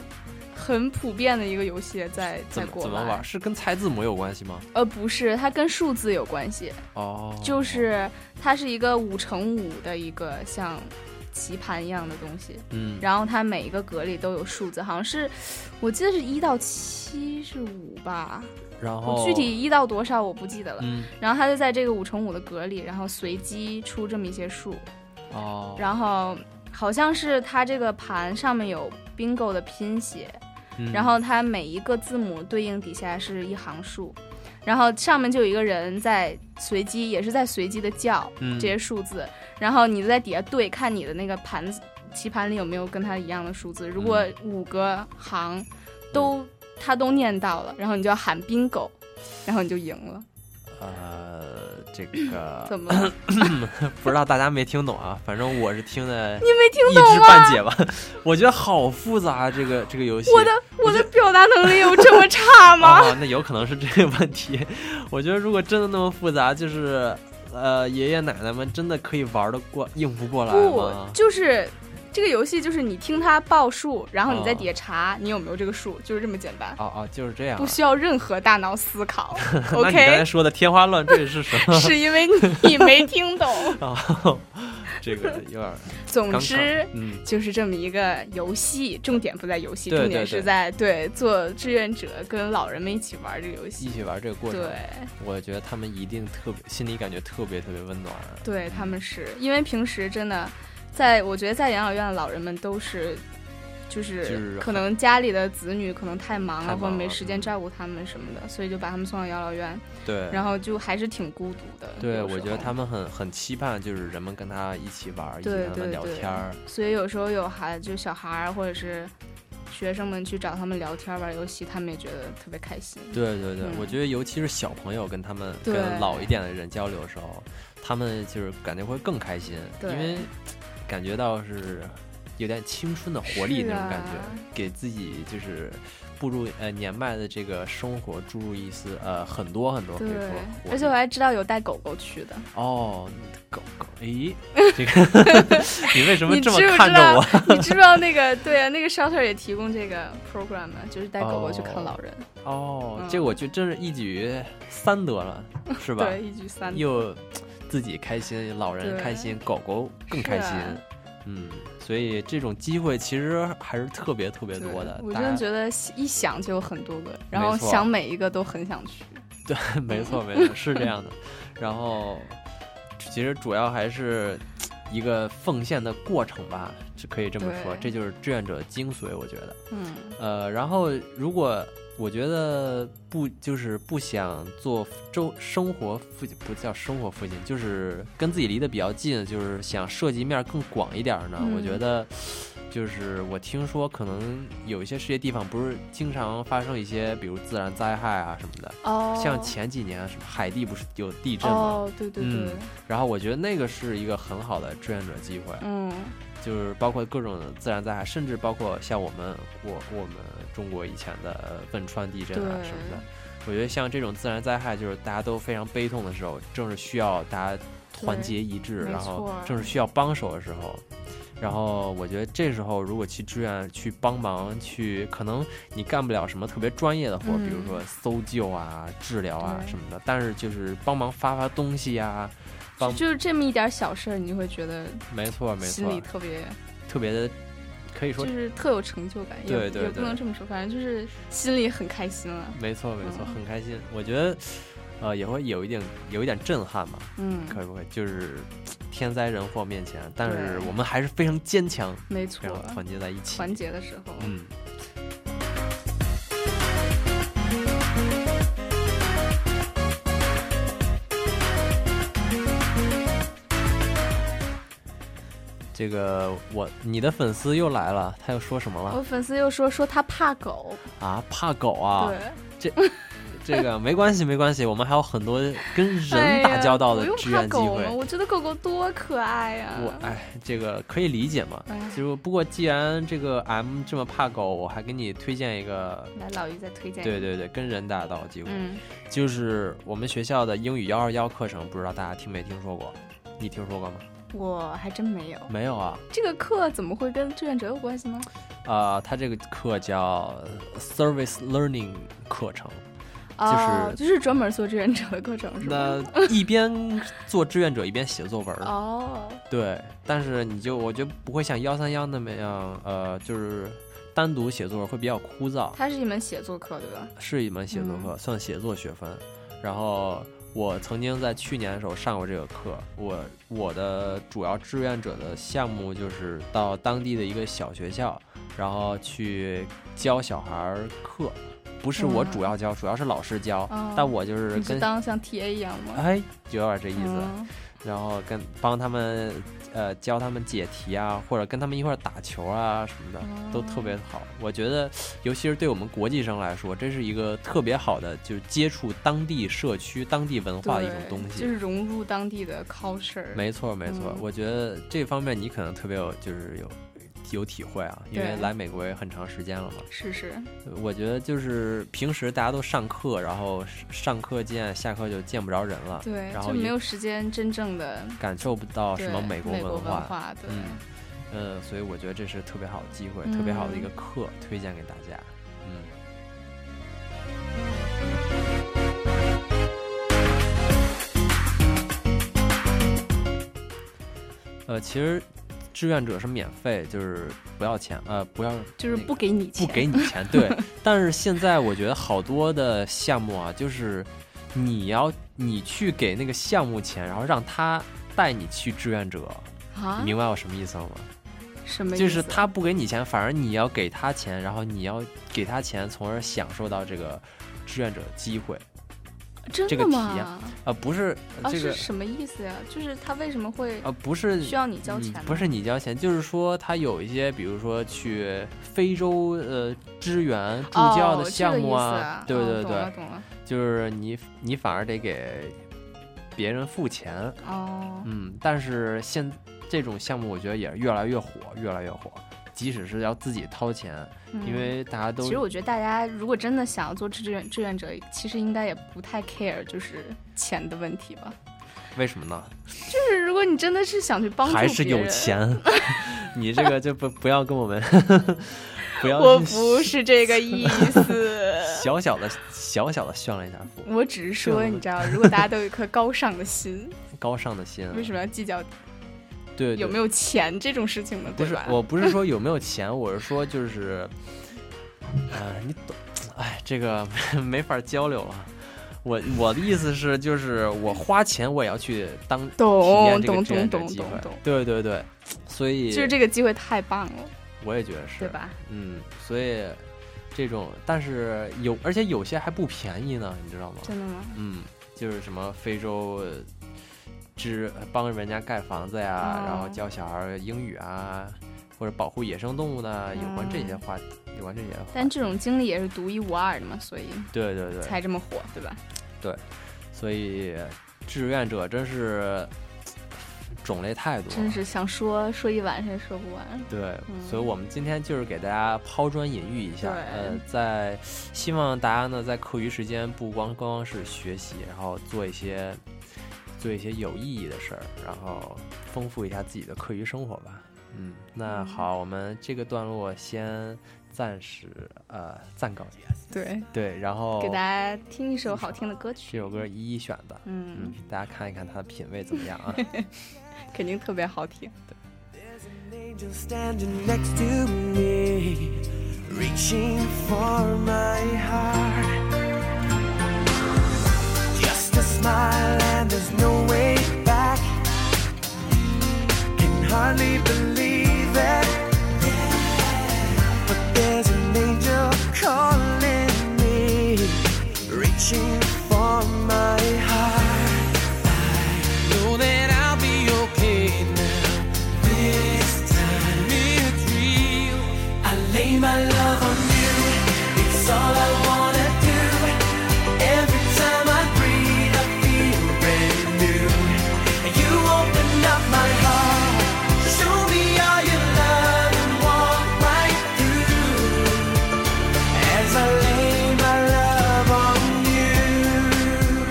Speaker 27: 很普遍的一个游戏在在
Speaker 26: 怎么
Speaker 27: 国
Speaker 26: 怎么
Speaker 27: 外。
Speaker 26: 玩？是跟猜字母有关系吗？
Speaker 27: 呃，不是，它跟数字有关系。
Speaker 26: 哦，
Speaker 27: 就是它是一个五乘五的一个像棋盘一样的东西，
Speaker 26: 嗯
Speaker 27: 然后它每一个格里都有数字，好像是我记得是一到七是五吧，
Speaker 26: 然后
Speaker 27: 我具体一到多少我不记得了。
Speaker 26: 嗯
Speaker 27: 然后它就在这个五乘五的格里，然后随机出这么一些数，
Speaker 26: 哦，
Speaker 27: 然后好像是它这个盘上面有 bingo 的拼写，
Speaker 26: 嗯
Speaker 27: 然后它每一个字母对应底下是一行数，然后上面就有一个人在随机，也是在随机的叫
Speaker 26: 嗯
Speaker 27: 这些数字，然后你在底下对，看你的那个盘子棋盘里有没有跟它一样的数字，如果五个行都、他都念到了，然后你就要喊 bingo，然后你就赢了。 [LAUGHS]
Speaker 26: 呃，这个
Speaker 27: [COUGHS] 怎么了
Speaker 26: [COUGHS] 不知道大家没听懂啊？反正我是听的，
Speaker 27: 你没听懂
Speaker 26: 一知
Speaker 27: 吗
Speaker 26: 半解吧？ [LAUGHS] 我觉得好复杂啊，这个这个游戏。
Speaker 27: 我的我的表达能力有这么差吗？
Speaker 26: 啊，那有可能是这个问题。我觉得如果真的那么复杂，就是呃，爷爷奶奶们真的可以玩得过、应付过来
Speaker 27: 不
Speaker 26: 吗？，
Speaker 27: 就是这个游戏，就是你听他报数，然后你在
Speaker 26: 哦
Speaker 27: 底下查你有没有这个数，就是这么简单，
Speaker 26: 哦哦，就是这样啊。。
Speaker 27: 不需要任何大脑思考
Speaker 26: [LAUGHS] 那你刚才
Speaker 27: OK，
Speaker 26: 说的天花乱坠是 [LAUGHS] 什么？
Speaker 27: [LAUGHS] 是因为你没听
Speaker 26: [LAUGHS]
Speaker 27: 懂。。
Speaker 26: 啊，这个有点儿
Speaker 27: 总
Speaker 26: 刚
Speaker 27: 之
Speaker 26: 刚，嗯，
Speaker 27: 就是这么一个游戏，重点不在游戏，
Speaker 26: 对
Speaker 27: 重点
Speaker 26: 对对
Speaker 27: 是在对做志愿者跟老人们一起玩这个游
Speaker 26: 一
Speaker 27: 戏。
Speaker 26: 起玩这个过程，
Speaker 27: 对，
Speaker 26: 我觉得他们一定特别，心里感觉特别特别温暖。嗯
Speaker 27: 对他们是因为平时真的，在我觉得在养老院的老人们都是，就
Speaker 26: 就是
Speaker 27: 是可能家里的子女可能太忙了，
Speaker 26: 太忙啊
Speaker 27: 或者没
Speaker 26: 了
Speaker 27: 时间照顾他们什么的，所以就把他们送到养老院。
Speaker 26: 对
Speaker 27: 然后就还是挺孤独的。
Speaker 26: 对，
Speaker 27: 有时
Speaker 26: 我
Speaker 1: 候
Speaker 26: 觉得他们很很期盼，就是人们跟他一起玩，一起
Speaker 27: 对
Speaker 26: 跟他
Speaker 27: 对对，
Speaker 1: 们
Speaker 26: 聊天儿。
Speaker 27: 所以有时候有孩就小孩儿或者是学生们去找他们聊天儿玩游戏，他们也觉得特别开心。
Speaker 26: 对对对，
Speaker 27: 嗯
Speaker 26: 我觉得尤其是小朋友跟他们
Speaker 27: 对
Speaker 26: 跟老一点的人交流的时候，他们就是感觉会更开心，
Speaker 27: 对
Speaker 26: 因为感觉到是有点青春的活力
Speaker 27: 是
Speaker 26: 那种
Speaker 27: 啊
Speaker 26: 感觉，给自己就是步入呃年迈的这个生活注入一丝呃很多很多可以说
Speaker 27: 对
Speaker 26: 活，
Speaker 27: 而且
Speaker 26: 力
Speaker 27: 我还知道有带狗狗去的。
Speaker 26: 哦，狗狗，诶，
Speaker 27: [LAUGHS]
Speaker 26: 这个你为什么
Speaker 27: 你知
Speaker 26: 这
Speaker 27: 不
Speaker 26: 么
Speaker 27: 知
Speaker 26: 看着
Speaker 27: 道？[LAUGHS]
Speaker 26: 我？
Speaker 27: 你知不知道那个对啊，那个 shelter 也提供这个 program 啊，就是带狗狗去看老人。
Speaker 26: 哦，
Speaker 27: 嗯
Speaker 26: 这我就真是一举三得了，是吧？
Speaker 27: 对一举三得
Speaker 26: 又自己开心，老人
Speaker 27: 对
Speaker 26: 开心，狗狗更开心
Speaker 27: 是啊。
Speaker 26: 嗯，所以这种机会其实还是特别特别多的。
Speaker 27: 我
Speaker 26: 大
Speaker 15: 大
Speaker 27: 真
Speaker 26: 家
Speaker 27: 的觉得一想就有很多个，然
Speaker 26: 没
Speaker 27: 后
Speaker 26: 错
Speaker 27: 想每一个都很想去。
Speaker 26: [LAUGHS] 对，没错没错，是这样的。然后，其实主要还是一个奉献的过程吧，是可以这么说，
Speaker 27: 对
Speaker 26: 这就是志愿者精髓，我觉得。
Speaker 27: 嗯，
Speaker 26: 呃，然后如果我觉得不就是不想做周生活附近，不叫生活附近，就是跟自己离得比较近，就是想涉及面更广一点呢。
Speaker 29: 嗯
Speaker 26: 我觉得，就是我听说可能有一些世界地方不是经常发生一些，比如自然灾害啊什么的。
Speaker 29: 哦
Speaker 26: 像前几年什么海地不是有地震吗？
Speaker 29: 哦对对
Speaker 26: 嗯
Speaker 29: 对
Speaker 26: 然后我觉得那个是一个很好的志愿者机会。啊
Speaker 29: 嗯
Speaker 26: 就是包括各种自然灾害，甚至包括像我们我我们中国以前的汶川地震啊
Speaker 29: 对
Speaker 26: 什么的。我觉得像这种自然灾害，就是大家都非常悲痛的时候，正是需要大家团结一致，
Speaker 29: 对没
Speaker 1: 错
Speaker 26: 然后正是需要帮手的时候。然后我觉得这时候如果去志愿去帮忙去，可能你干不了什么特别专业的活，
Speaker 29: 嗯
Speaker 26: 比如说搜救啊、治疗啊
Speaker 29: 对
Speaker 26: 什么的，但是就是帮忙发发东西呀、帮
Speaker 27: 就是这么一点小事儿，你就会觉得
Speaker 26: 没错没
Speaker 27: 心里
Speaker 1: 错
Speaker 27: 特别
Speaker 26: 特别的，可以说
Speaker 27: 就是特有成就感，也
Speaker 26: 对对
Speaker 27: 也不
Speaker 26: 对
Speaker 27: 能这么说，反正就是心里很开心了。
Speaker 26: 没错，没错，
Speaker 27: 嗯
Speaker 26: 很开心。我觉得，呃，也会有一点有一点震撼嘛。
Speaker 27: 嗯
Speaker 26: 可不可以？就是天灾人祸面前，但是
Speaker 27: 对
Speaker 26: 我们还是非常坚强，
Speaker 27: 没错
Speaker 26: 然后团结在一起。
Speaker 27: 团结的时候，
Speaker 26: 嗯。这个我你的粉丝又来了，他又说什么
Speaker 27: 我
Speaker 26: 了
Speaker 27: 粉丝又说说他怕狗，
Speaker 26: 啊？怕狗啊？
Speaker 27: 对，
Speaker 26: 这这个没关系，没关系，我们还有很多跟人打交道的
Speaker 27: 哎呀
Speaker 26: 志愿机
Speaker 27: 不用怕狗
Speaker 26: 会。
Speaker 27: 吗？我觉得狗狗多可爱呀、
Speaker 26: 我哎，这个可以理解嘛
Speaker 27: 哎？
Speaker 26: 就不过既然这个 M 这么怕狗，我还给你推荐一个，
Speaker 27: 来，老于再推荐。
Speaker 26: 对，对对，跟人打交道机会，
Speaker 27: 嗯，
Speaker 26: 就是我们学校的英语幺二幺课程，不知道大家听没听说过？你听说过吗？
Speaker 27: 我还真没有。
Speaker 26: 没有啊，
Speaker 27: 这个课怎么会跟志愿者有关系呢？
Speaker 26: 啊，它这个课叫 Service Learning 课程，
Speaker 27: 哦，
Speaker 26: 就是
Speaker 27: 就是专门做志愿者的课程是吧？
Speaker 26: 那一边做志愿者一边写作文儿。
Speaker 27: 哦，
Speaker 26: 对，但是你就我觉得不会像幺三幺那么样，呃，就是单独写作文会比较枯燥。
Speaker 27: 它是一门写作课，对吧？
Speaker 26: 是一门写作
Speaker 27: 嗯
Speaker 26: 课，算写作学分。然后我曾经在去年的时候上过这个课，我我的主要志愿者的项目就是到当地的一个小学校，然后去教小孩儿课，不是我
Speaker 27: 嗯
Speaker 26: 主要教，主要是老师教，
Speaker 27: 哦
Speaker 26: 但我就是
Speaker 27: 你是
Speaker 26: 跟
Speaker 27: 当像 TA 一样吗？
Speaker 26: 哎，就有点这意思。
Speaker 27: 嗯
Speaker 26: 然后跟帮他们，呃，教他们解题啊，或者跟他们一块儿打球啊什么的，都特
Speaker 27: 嗯
Speaker 26: 别好。我觉得，尤其是对我们国际生来说，这是一个特别好的，就是接触当地社区、当地文化的一种
Speaker 27: 对
Speaker 1: 东
Speaker 27: 就是融入当地的 culture。
Speaker 26: 没错，没错，
Speaker 27: 嗯
Speaker 26: 我觉得这方面你可能特别有，就是有有体会啊，因为
Speaker 27: 对
Speaker 26: 来美国也很长时间了嘛。
Speaker 27: 是是，
Speaker 26: 我觉得就是平时大家都上课，然后上课见，下课就见不着人了，
Speaker 27: 对，
Speaker 26: 啊然
Speaker 27: 就
Speaker 26: 后
Speaker 27: 没
Speaker 26: 也
Speaker 27: 有时间真正的
Speaker 26: 感受不到什么
Speaker 27: 对
Speaker 26: 美国
Speaker 27: 美国
Speaker 26: 文
Speaker 27: 文化对
Speaker 26: 嗯，呃，所以我觉得这是特别好的机会，
Speaker 27: 嗯
Speaker 26: 特别好的一个课，推荐给大家。嗯，嗯呃，其实志愿者是免费，就是不要钱，呃，不要
Speaker 27: 就是不给你钱，
Speaker 1: 不给
Speaker 26: 你钱，对。但是现在我觉得好多的项目啊，就是你要你去给那个项目钱，然后让他带你去志愿者，
Speaker 27: [LAUGHS] 啊
Speaker 26: 你明白我什么意思了吗？
Speaker 27: 什么意思？
Speaker 26: 就是他不给你钱，反而你要给他钱，然后你要给他钱，从而享受到这个志愿者机会，
Speaker 27: 真
Speaker 26: 这个
Speaker 27: 的
Speaker 1: 体
Speaker 27: 吗？
Speaker 26: 体验呃，不是
Speaker 27: 啊，
Speaker 26: 这个、
Speaker 27: 是什么意思呀？就是他为什么会
Speaker 26: 呃，不是嗯
Speaker 27: 需要你交钱呢
Speaker 26: 不是你交钱，就是说他有一些，比如说去非洲呃支援助
Speaker 27: 哦
Speaker 26: 教
Speaker 1: 这
Speaker 26: 的
Speaker 1: 个
Speaker 26: 项目
Speaker 1: 意思
Speaker 26: 啊，
Speaker 1: 啊
Speaker 26: 对
Speaker 27: 哦
Speaker 26: 对
Speaker 27: 懂
Speaker 1: 了
Speaker 27: 懂了
Speaker 26: 对，就是你你反而得给别人付钱，
Speaker 27: 哦，
Speaker 26: 嗯，但是现这种项目我觉得也是越来越火，越来越火，即使是要自己掏钱，
Speaker 27: 嗯
Speaker 26: 因为大家都
Speaker 27: 其实我觉得大家如果真的想要做志愿志愿者，其实应该也不太 care 就是钱的问题吧。
Speaker 26: 为什么呢？
Speaker 27: 就是如果你真的是想去帮助别
Speaker 1: 还
Speaker 27: 人，
Speaker 1: 是有
Speaker 27: [LAUGHS]
Speaker 26: 钱，你这个就不不要跟我们，不要，
Speaker 27: 我不是这个意思
Speaker 26: [LAUGHS] 小小的小小的炫了一下富，
Speaker 27: 我只是
Speaker 26: 这
Speaker 27: 说，
Speaker 26: 样
Speaker 27: 你知道，如果大家都有一颗高尚的
Speaker 26: [LAUGHS]
Speaker 27: 心，
Speaker 26: 高尚的心啊，
Speaker 27: 为什么要计较
Speaker 26: 对
Speaker 27: 有没
Speaker 26: 有？
Speaker 27: 有钱这种事情呢？
Speaker 1: 不
Speaker 27: 对
Speaker 1: 是
Speaker 27: 吧？
Speaker 26: 我不是说有没有钱，我是说就是，呃，你懂，哎，这个没法交流了。我我的意思是，就是我花钱我也要去当体验这个
Speaker 27: 懂懂
Speaker 1: 懂
Speaker 26: 志愿者
Speaker 27: 懂
Speaker 26: 机
Speaker 27: 懂
Speaker 26: 会
Speaker 27: 懂，
Speaker 26: 对对对，所以
Speaker 27: 就是这个机会太棒了，
Speaker 26: 我也觉得是，
Speaker 27: 对吧？
Speaker 26: 嗯，所以这种，但是有而且有些还不便宜呢，你知道吗？
Speaker 27: 真的吗？
Speaker 26: 嗯，就是什么非洲呃支帮人家盖房子
Speaker 27: 哦
Speaker 26: 呀，然后教小孩儿英语啊，或者保护野生动物呢，有关这
Speaker 27: 哦
Speaker 26: 些话，有关这些话，
Speaker 27: 但这种经历也是独一无二的嘛，所以
Speaker 26: 对对对，
Speaker 27: 才这么火，对吧？
Speaker 26: 对，所以志愿者真是种类太多了，
Speaker 27: 真是想说说一晚上也说不完。
Speaker 26: 对，
Speaker 27: 嗯
Speaker 26: 所以我们今天就是给大家抛砖引玉一下，
Speaker 27: 对
Speaker 26: 呃，在希望大家呢在课余时间不光光是学习，然后做一些做一些有意义的事儿，然后丰富一下自己的课余生活吧。嗯，那好，我们这个段落先暂时呃暂告一段
Speaker 27: 对，
Speaker 26: 对，然后
Speaker 27: 给大家听一首好听的歌曲，
Speaker 26: 这首歌一一选的，
Speaker 27: 嗯
Speaker 26: 大家看一看他的品味怎么样啊？
Speaker 27: [LAUGHS] 肯定特别好听。
Speaker 1: angel standing next to me, reaching for my heart. Just a smile and there's no way back. Can hardly believe it. But there's an angel calling me, reaching for my heart. I know that I'll be okay now. This time it's real. I lay my love on you. It's all I wanna do. Every time I breathe, I feel brand new. You open up my heart. Show me all your love and walk right through. As I lay my love on you.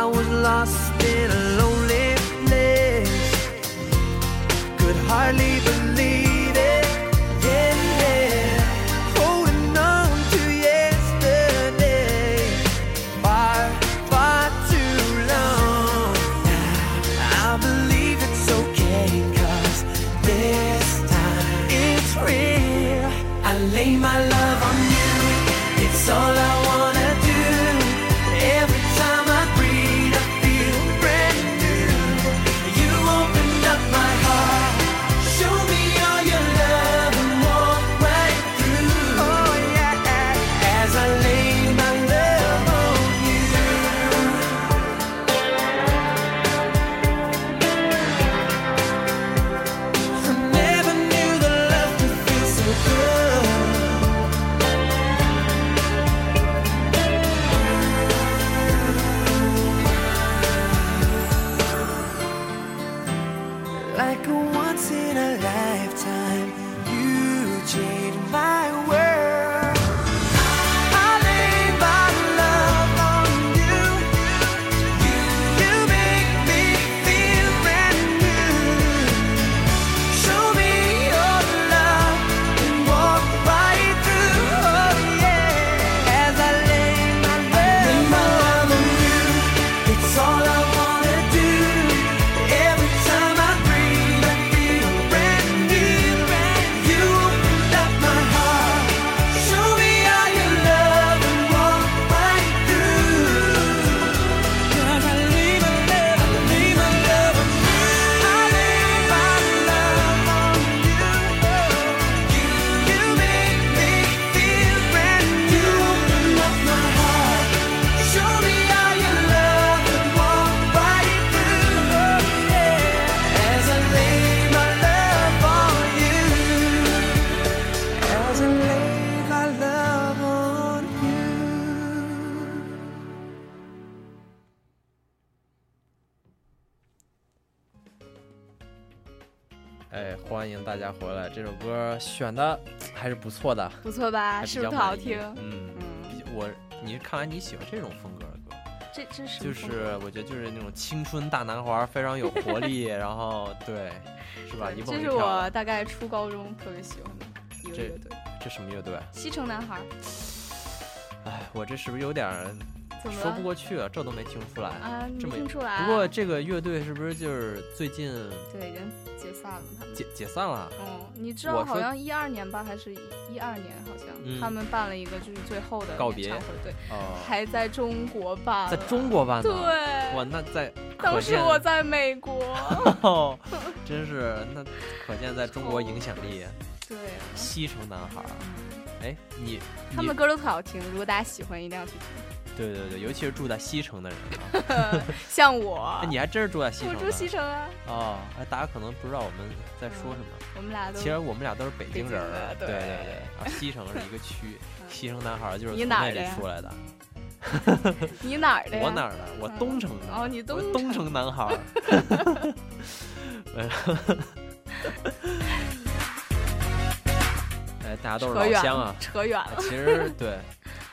Speaker 1: I was lost in a lonely place could hardly believe it. Yeah, yeah. Holding on to yesterday, far, far too long. Now I believe it's okay, cause this time it's real. I lay my love on you, it's all I wanna do. Every time I breathe, I feel brand new. You opened up my heart. Show me all your love and walk right through. Oh yeah. As I lay my love on you. I never knew the love could feel so good. like a once in a lifetime. You changed my world. I lay my love on you. You make me feel brand new. Show me your love and walk right through. Oh yeah, as I lay my love on you. It's all I wanna do. Every time I breathe, I feel brand new. You opened up my heart. Show me all your love and walk right through. 'Cause I leave my love, I leave my love on you. I leave my love on you. You make me feel brand new. You opened up my heart. Show me all your love and walk right through. Oh, yeah. As I lay my love on you. As I lay my love on you.
Speaker 26: 哎，欢迎大家回来，这首歌选的还是不错的，
Speaker 27: 不错吧
Speaker 26: 还比
Speaker 27: 是不是
Speaker 26: 较
Speaker 27: 好
Speaker 26: 满意
Speaker 27: 听
Speaker 30: 嗯
Speaker 26: 比我你看来你喜欢这种风格的歌。
Speaker 27: 这这是什
Speaker 30: 么
Speaker 26: 就
Speaker 30: 风
Speaker 26: 是我觉得就是那种青春大男孩儿，非常有
Speaker 27: [LAUGHS]
Speaker 26: 活力，然后对，是吧？一蹦
Speaker 27: 这
Speaker 30: 一
Speaker 27: 是
Speaker 30: 跳
Speaker 27: 我
Speaker 30: 的。
Speaker 27: 大概初高中特别喜欢的一个
Speaker 26: 这
Speaker 27: 乐队，
Speaker 26: 这什么乐队？
Speaker 27: 西城男孩。
Speaker 26: 哎，我这是不是有点儿
Speaker 27: 怎么
Speaker 26: 说
Speaker 27: 了
Speaker 26: 不过去了？这都没听出来
Speaker 27: 啊你
Speaker 26: 这么
Speaker 27: 听出来
Speaker 30: 啊
Speaker 26: 不过这个乐队是不是就是最近
Speaker 27: 对，人解散了他们。
Speaker 26: 解解散了？
Speaker 27: 嗯，你知
Speaker 26: 我
Speaker 27: 道
Speaker 26: 说
Speaker 27: 好像一二年吧，还是一二年，好像、
Speaker 26: 嗯
Speaker 27: 他们办了一个就是最后的
Speaker 26: 告别
Speaker 27: 演唱会，对，
Speaker 26: 哦
Speaker 27: 还在中国办
Speaker 26: 在
Speaker 27: 了，
Speaker 26: 中国办的？
Speaker 27: 对
Speaker 26: 哇，那在可
Speaker 27: 当时
Speaker 26: 见 [LAUGHS]
Speaker 27: 我在美国， [LAUGHS]
Speaker 26: 哦，真是那可见在中国影响力。
Speaker 27: 对啊
Speaker 26: 西城男孩儿，哎，你
Speaker 27: 他们的歌都特好听，如果大家喜欢，一定要去听。
Speaker 26: 对对对，尤其是住在西城的人啊，
Speaker 27: 像我
Speaker 26: [LAUGHS] 哎，，你还真是住在西
Speaker 27: 我
Speaker 26: 城的。
Speaker 27: 住西城啊，嗯
Speaker 26: 哦，哎，大家可能不知道我们在说什么。
Speaker 27: 我们俩都
Speaker 26: 其实我们俩都是北京人儿，
Speaker 27: 北京的对
Speaker 26: 对对，啊，西城是一个
Speaker 27: [LAUGHS]
Speaker 26: 区，西城男孩儿就是
Speaker 27: 你
Speaker 26: 从
Speaker 27: 哪儿
Speaker 26: 那
Speaker 27: 的
Speaker 26: 里
Speaker 27: 呀
Speaker 26: 出来的。
Speaker 27: 啊你哪儿的呀？
Speaker 26: 我哪儿的？我东城的。
Speaker 27: 哦，你
Speaker 26: 我
Speaker 27: 东
Speaker 26: 东城男孩儿。 [LAUGHS] 哎，大家都是
Speaker 27: 扯
Speaker 26: 老
Speaker 27: 远
Speaker 26: 乡
Speaker 27: 了
Speaker 26: 啊，
Speaker 27: 扯远了 [LAUGHS]
Speaker 26: 其实对，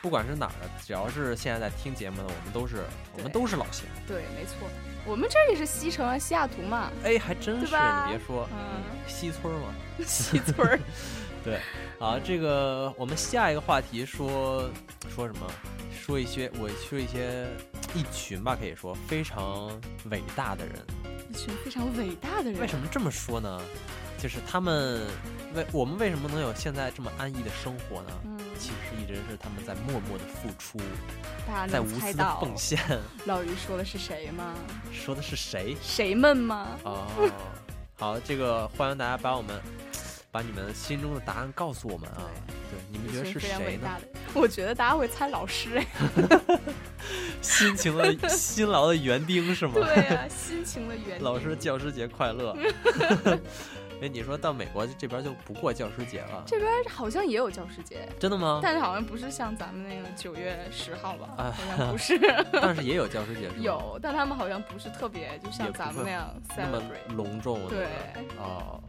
Speaker 26: 不管是哪儿的，只要是现在在听节目的，我们都是我们都是老乡。
Speaker 27: 对，没错，我们这里是西城啊，西雅图嘛。
Speaker 26: 哎，还真是，
Speaker 27: 对吧
Speaker 26: 你别说，
Speaker 27: 嗯
Speaker 26: 西村儿嘛，
Speaker 27: [LAUGHS] 西村儿。
Speaker 26: 对，啊，这个我们下一个话题说说什么？说一些，我说一些一群吧，可以说非常伟大的人。
Speaker 27: 一群非常伟大的人。
Speaker 26: 为什么？这么说呢？就是他们为我们为什么能有现在这么安逸的生活呢？
Speaker 27: 嗯
Speaker 26: 其实一直是他们在默默的付出，
Speaker 27: 大家
Speaker 26: 在
Speaker 27: 能
Speaker 26: 无
Speaker 27: 猜
Speaker 26: 私的
Speaker 27: 到
Speaker 26: 奉献。 [LAUGHS]
Speaker 27: 老于说的是谁吗？
Speaker 26: 说的是谁？
Speaker 27: 谁们吗？ [LAUGHS]
Speaker 26: 哦，好，这个欢迎大家把我们把你们心中的答案告诉我们啊。对，你们觉得
Speaker 27: 一群
Speaker 1: 是
Speaker 27: 非常
Speaker 26: 谁
Speaker 27: 伟
Speaker 26: 呢
Speaker 27: 大的人。我觉得大家会猜老师哎，
Speaker 26: 辛勤的、 [LAUGHS] 辛劳的园丁 [LAUGHS] 是吗？
Speaker 27: [LAUGHS] 对呀、辛勤的园丁
Speaker 26: [LAUGHS] 老师，教师节
Speaker 27: [LAUGHS]
Speaker 26: 快乐！哎，你说到美国这边就不过教师节了，
Speaker 27: 这边好像也有教师节，
Speaker 26: 真的吗？
Speaker 27: 但是好像不是像咱们那个九月十号吧？
Speaker 26: 啊。
Speaker 27: 好像不是
Speaker 26: [LAUGHS] 但是也有教师节是吗
Speaker 27: 有，但他们好像不是特别，就像
Speaker 26: 也不
Speaker 27: 咱们那
Speaker 26: 会
Speaker 27: 样
Speaker 26: 那么
Speaker 27: celebrate。
Speaker 26: 隆重的
Speaker 27: 对
Speaker 26: 哦。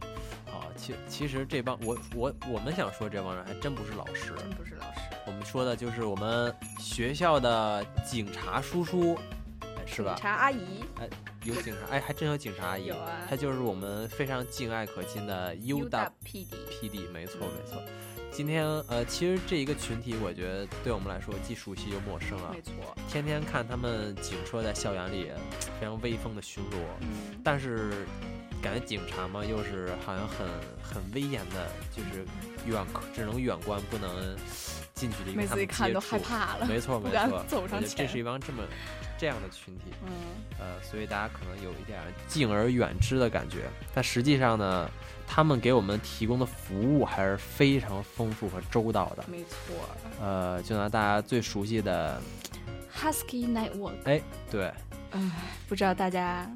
Speaker 26: 哦，其其实这帮我我我们想说这帮人还真不是老师，真
Speaker 27: 不是老师。
Speaker 26: 我们说的就是我们学校的警察叔叔，哎是吧？
Speaker 27: 警察阿姨，
Speaker 26: 哎，有警察，哎，还真有警察阿姨。
Speaker 27: 有啊
Speaker 26: 她就是我们非常敬爱可亲的
Speaker 27: UW
Speaker 26: UW
Speaker 27: PD
Speaker 26: PD，没
Speaker 27: 嗯
Speaker 26: 错没错。今天呃，其实这一个群体，我觉得对我们来说既熟悉又陌生啊。
Speaker 27: 没错。
Speaker 26: 天天看他们警车在校园里非常威风的巡逻，
Speaker 27: 嗯
Speaker 26: 但是感觉警察嘛，又是好像很很威严的，就是远只能远观，不能近距离
Speaker 27: 每
Speaker 1: 次
Speaker 27: 次
Speaker 26: 跟
Speaker 27: 一
Speaker 26: 他
Speaker 27: 看
Speaker 26: 们
Speaker 27: 都
Speaker 1: 都
Speaker 26: 接
Speaker 27: 害
Speaker 26: 触
Speaker 27: 怕了
Speaker 26: 没错
Speaker 27: 不
Speaker 26: 没
Speaker 27: 敢
Speaker 1: 走
Speaker 26: 错，我
Speaker 27: 上
Speaker 1: 前
Speaker 26: 觉得这是一帮这么这样的群体。
Speaker 27: 嗯，
Speaker 26: 呃，所以大家可能有一点儿敬而远之的感觉，但实际上呢，他们给我们提供的服务还是非常丰富和周到的。
Speaker 27: 没错
Speaker 26: 呃，就拿大家最熟悉的，
Speaker 27: ，Husky Night Walk。
Speaker 26: 哎，对，
Speaker 27: 嗯，不知道大家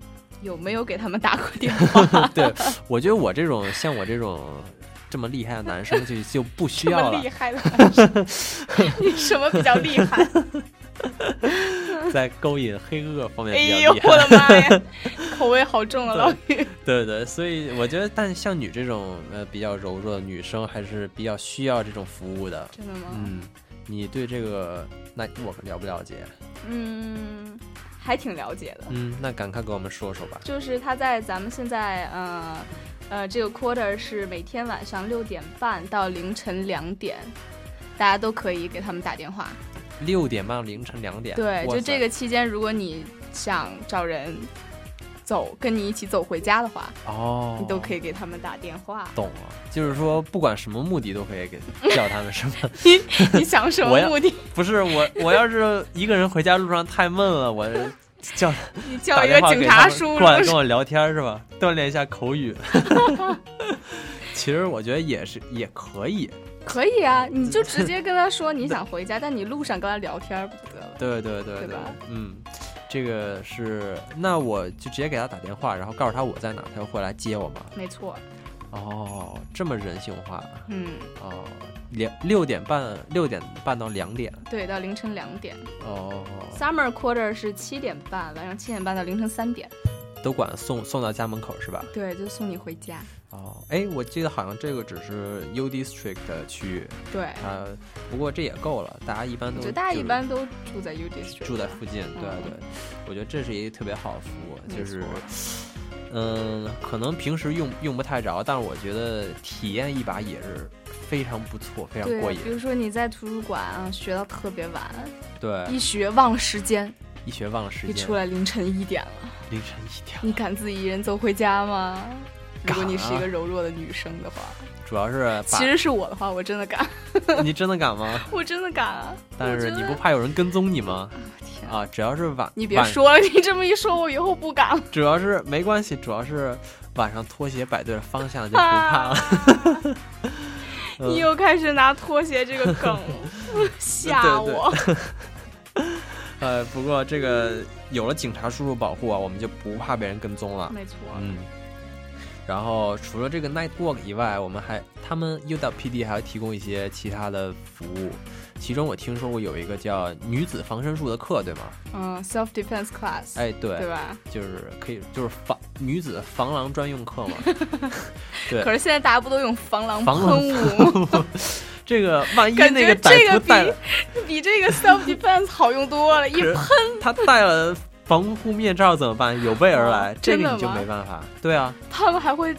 Speaker 27: 有没有给他们打过电话？
Speaker 26: [LAUGHS] 对，我觉得我这种像我这种这么厉害的男生就就不需
Speaker 27: 这
Speaker 26: 要
Speaker 27: 么
Speaker 26: 了
Speaker 27: 厉。害的男生， [LAUGHS] 你什么比较厉害？
Speaker 26: [LAUGHS] 在勾引黑恶方面
Speaker 27: 哎
Speaker 1: 比
Speaker 27: 呦，
Speaker 1: 较厉害。
Speaker 27: 我的妈
Speaker 26: [LAUGHS]
Speaker 27: 呀，口味好重啊，老于。
Speaker 26: 对对，所以我觉得，但像你这种呃比较柔弱的女生，还是比较需要这种服务的。
Speaker 27: 真的吗
Speaker 26: 嗯，你对这个那我们了不了解？
Speaker 27: 嗯，还挺了解的。
Speaker 26: 嗯，那赶快给我们说说吧。
Speaker 27: 就是他在咱们现在呃呃这个 quarter 是每天晚上六点半到凌晨两点，大家都可以给他们打电话。
Speaker 26: 六点半凌晨两点，
Speaker 27: 对，
Speaker 26: 哇
Speaker 15: 塞
Speaker 27: 就这个期间，如果你想找人走，跟你一起走回家的话，
Speaker 26: 哦，
Speaker 27: 你都可以给他们打电
Speaker 26: [LAUGHS]
Speaker 27: 话。
Speaker 26: 懂了，就是说不管什么目的都可以
Speaker 27: [LAUGHS]
Speaker 26: 给叫他们是吗？
Speaker 27: 你想 [LAUGHS] 什么
Speaker 26: 我要
Speaker 27: 目的？
Speaker 26: 不是我，我要是一个人回家路上太闷
Speaker 27: [LAUGHS]
Speaker 26: 了，我叫他
Speaker 27: 你
Speaker 26: 打
Speaker 27: 叫一
Speaker 26: 电
Speaker 27: 个
Speaker 26: 话
Speaker 27: 警
Speaker 26: 给他
Speaker 27: 察
Speaker 26: 们
Speaker 27: 叔
Speaker 26: 过来
Speaker 27: 叔
Speaker 26: 跟我聊天是吧？ [LAUGHS] 锻炼一下口语。 [LAUGHS] 其实我觉得也是，也可以。
Speaker 27: 可以啊，你
Speaker 26: [LAUGHS]
Speaker 27: 就直接跟他说你想回家，但你路上跟他聊天不就得了？
Speaker 26: 对对对
Speaker 27: 对吧
Speaker 26: 嗯，这个是，那我就直接给他打电话，然后告诉他我在哪，他就会来接我嘛。
Speaker 27: 没错，
Speaker 26: 哦，这么人性化。
Speaker 27: 嗯，
Speaker 26: 哦，两六点半，六点半到两点。
Speaker 27: 对，到凌晨两点。
Speaker 26: 哦，
Speaker 27: Summer quarter 是七点半，晚上七点半到凌晨三点，
Speaker 26: 都管送送到家门口是吧？
Speaker 27: 对，就送你回家。
Speaker 26: 哦，哎，我记得好像这个只是 U District 的区域，
Speaker 27: 对
Speaker 26: 呃，不过这也够了，大家一般
Speaker 27: 我
Speaker 1: 都
Speaker 27: 觉得大家
Speaker 1: 就
Speaker 27: 一
Speaker 1: 是
Speaker 27: 般都住在 U District，
Speaker 26: 住在附近，对
Speaker 27: 嗯
Speaker 26: 对，我觉得这是一个特别好的服务，
Speaker 27: 没
Speaker 26: 就是，嗯，可能平时用用不太着，但是我觉得体验一把也是非常不错，非常
Speaker 27: 对
Speaker 26: 过瘾，
Speaker 27: 比如说你在图书馆啊学到特别晚，
Speaker 26: 对，
Speaker 27: 一学忘了时间，
Speaker 26: 一学忘了时
Speaker 27: 一
Speaker 1: 间
Speaker 27: 出来凌晨一点了，
Speaker 26: 凌晨一点，
Speaker 27: 你敢自己一人走回家吗？如果
Speaker 26: 敢
Speaker 27: 你是一
Speaker 1: 啊
Speaker 27: 个柔弱的女生的话，
Speaker 26: 主要是
Speaker 27: [LAUGHS]
Speaker 26: 把
Speaker 27: 其实是我的话，我真的敢，
Speaker 26: 你真的敢吗？
Speaker 27: [LAUGHS] 我真的敢啊！
Speaker 1: 我
Speaker 26: 但
Speaker 27: 觉
Speaker 26: 是
Speaker 1: 得
Speaker 26: 你不怕有人跟踪你吗？啊，只要是晚，
Speaker 27: 你别
Speaker 26: 晚
Speaker 27: 说了，你这么一说，我以后不敢了。
Speaker 26: 主要是没关系，主要是晚上拖鞋摆对了方向就不怕了。 [LAUGHS] 嗯
Speaker 27: 你又开始拿拖鞋这个梗
Speaker 26: [LAUGHS]
Speaker 27: 吓我。
Speaker 26: 对对 [LAUGHS] 呃，不过这个有了警察叔叔保护啊，我们就不怕被人跟踪了。
Speaker 27: 没错
Speaker 26: 嗯。然后除了这个 night walk 以外，我们还他们 UWPD 还会提供一些其他的服务，其中我听说过有一个叫女子防身术的课，对吗？
Speaker 27: 嗯，self defense class。
Speaker 26: 哎，对，
Speaker 27: 对吧？
Speaker 26: 就是可以，就是防女子防狼专用课嘛。
Speaker 27: [LAUGHS]
Speaker 26: 对，
Speaker 27: 可是现在大家不都用防狼
Speaker 26: 防狼
Speaker 27: 喷
Speaker 26: [LAUGHS]
Speaker 27: 雾？
Speaker 26: 这个万一
Speaker 27: 感
Speaker 26: 那
Speaker 27: 觉
Speaker 26: 歹
Speaker 27: 这
Speaker 26: 徒
Speaker 15: 个
Speaker 26: 带了，
Speaker 27: [LAUGHS] 比这个 self defense 好用多了，一
Speaker 26: 是
Speaker 27: 喷
Speaker 26: 他带了防护面罩怎么办？有备而来，这
Speaker 27: 哦真
Speaker 26: 个
Speaker 27: 的
Speaker 26: 你就
Speaker 27: 吗
Speaker 26: 没办法。对啊，
Speaker 27: 他们还会，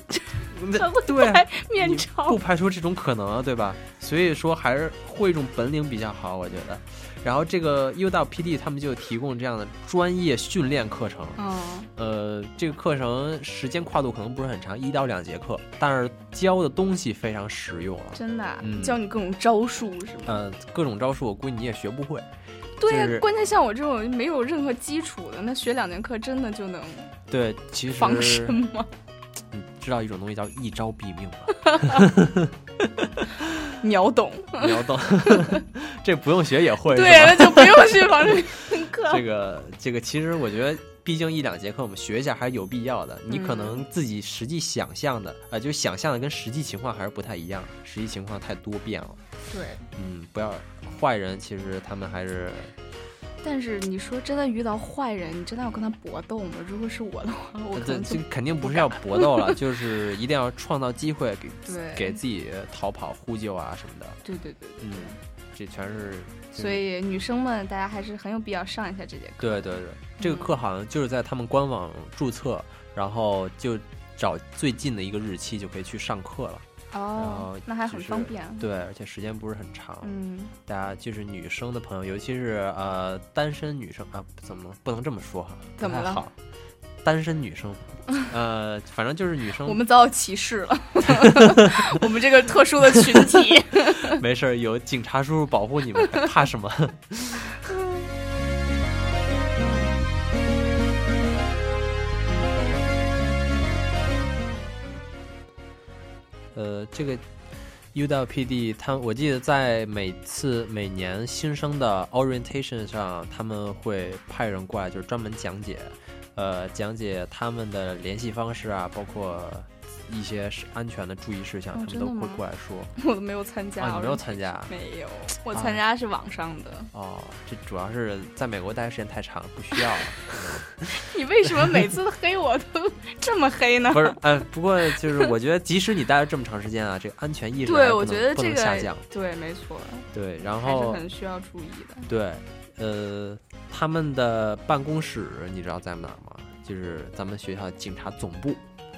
Speaker 27: 他 [LAUGHS] 会
Speaker 26: 对啊
Speaker 27: 戴面罩
Speaker 26: 不。排除这种可能啊，对吧？所以说还是会一种本领比较好，我觉得。然后这个 U 道 PD 他们就提供这样的专业训练课程，
Speaker 27: 哦，
Speaker 26: 呃，这个课程时间跨度可能不是很长，一到两节课，但是教的东西非常实用啊。
Speaker 27: 真的啊
Speaker 26: 嗯
Speaker 27: 教你各种招数是吗？
Speaker 26: 呃，各种招数我估计你也学不会。
Speaker 27: 对呀
Speaker 26: 就，是
Speaker 27: 关键像我这种没有任何基础的，那学两节课真的就能
Speaker 26: 对，其实
Speaker 27: 防身吗？
Speaker 26: 你知道一种东西叫一招毙命吗？
Speaker 27: [LAUGHS] 秒
Speaker 26: [LAUGHS]
Speaker 27: 懂。[LAUGHS]
Speaker 26: 你要懂，这不用学也会。
Speaker 27: 对，
Speaker 26: 是吧
Speaker 27: 那就不用去
Speaker 26: [LAUGHS]
Speaker 27: 防身课。
Speaker 26: 这个这个，其实我觉得，毕竟一两节课我们学一下还是有必要的。你
Speaker 27: 嗯
Speaker 26: 可能自己实际想象的，啊，就想象的跟实际情况还是不太一样，实际情况太多变了。
Speaker 27: 对，
Speaker 26: 嗯，不要坏人，其实他们还是
Speaker 27: 但是你说真的遇到坏人，你真的要跟他搏斗吗？如果是我的话，我可
Speaker 26: 这
Speaker 27: 能
Speaker 26: 呃这
Speaker 27: 就
Speaker 26: 肯定不是要搏斗
Speaker 27: [LAUGHS]
Speaker 26: 了，就是一定要创造机会给
Speaker 27: 对
Speaker 26: 给自己逃跑、呼救啊什么的。
Speaker 27: 对对对。
Speaker 26: 嗯，这全是。
Speaker 27: 所以女生们，大家还是很有必要上一下这节课。
Speaker 26: 对对对，这个
Speaker 27: 嗯
Speaker 26: 课好像就是在他们官网注册，然后就找最近的一个日期就可以去上课了。然后
Speaker 27: 哦，那还很
Speaker 26: 就是
Speaker 27: 方便啊。
Speaker 26: 对，而且时间不是很长。
Speaker 27: 嗯，
Speaker 26: 大家就是女生的朋友，尤其是呃单身女生啊，怎么不能这么说哈？不
Speaker 27: 怎么
Speaker 26: 太
Speaker 27: 了
Speaker 1: 好
Speaker 26: 好？单身女生，呃，反正就是女生。
Speaker 27: [LAUGHS] 我们遭到歧视了， [LAUGHS] 我们这个特殊的群体。
Speaker 26: [LAUGHS] 没事儿，有警察叔叔保护 [LAUGHS] 你们，还怕什么？呃，这个 UWPD 他，我记得在每次每年新生的 orientation 上，他们会派人过来，就是专门讲解，呃，讲解他们的联系方式啊，包括一些是安全的注意事项，
Speaker 27: 哦
Speaker 26: 啊他
Speaker 27: 真
Speaker 26: 们都
Speaker 27: 的
Speaker 26: 会
Speaker 27: 吗
Speaker 26: 过来说。
Speaker 27: [LAUGHS] 我都没有参加，
Speaker 26: 啊你没有
Speaker 27: 我
Speaker 26: 参加
Speaker 27: 没有，我
Speaker 26: 啊
Speaker 27: 参加是网上的。
Speaker 26: 哦，这主要是在美国待的时间太长，不
Speaker 27: [LAUGHS]
Speaker 26: 需要了。
Speaker 27: 你为什么每次黑我都这么黑呢？
Speaker 26: [LAUGHS]
Speaker 27: [LAUGHS]
Speaker 26: 不是，呃，不过就是我觉得，即使你待了这么长时间啊，这个安全意识还
Speaker 27: 对，
Speaker 26: 是
Speaker 27: 我
Speaker 26: 不能
Speaker 27: 觉得
Speaker 26: 不
Speaker 27: 这
Speaker 26: 能
Speaker 27: 个
Speaker 26: 下降。
Speaker 27: 对，没错，
Speaker 26: 对，然
Speaker 27: 还是
Speaker 1: 后
Speaker 27: 很需要注意的。
Speaker 26: 对，呃，他们的办公室你知道在哪儿吗？就是咱们学校警察总部，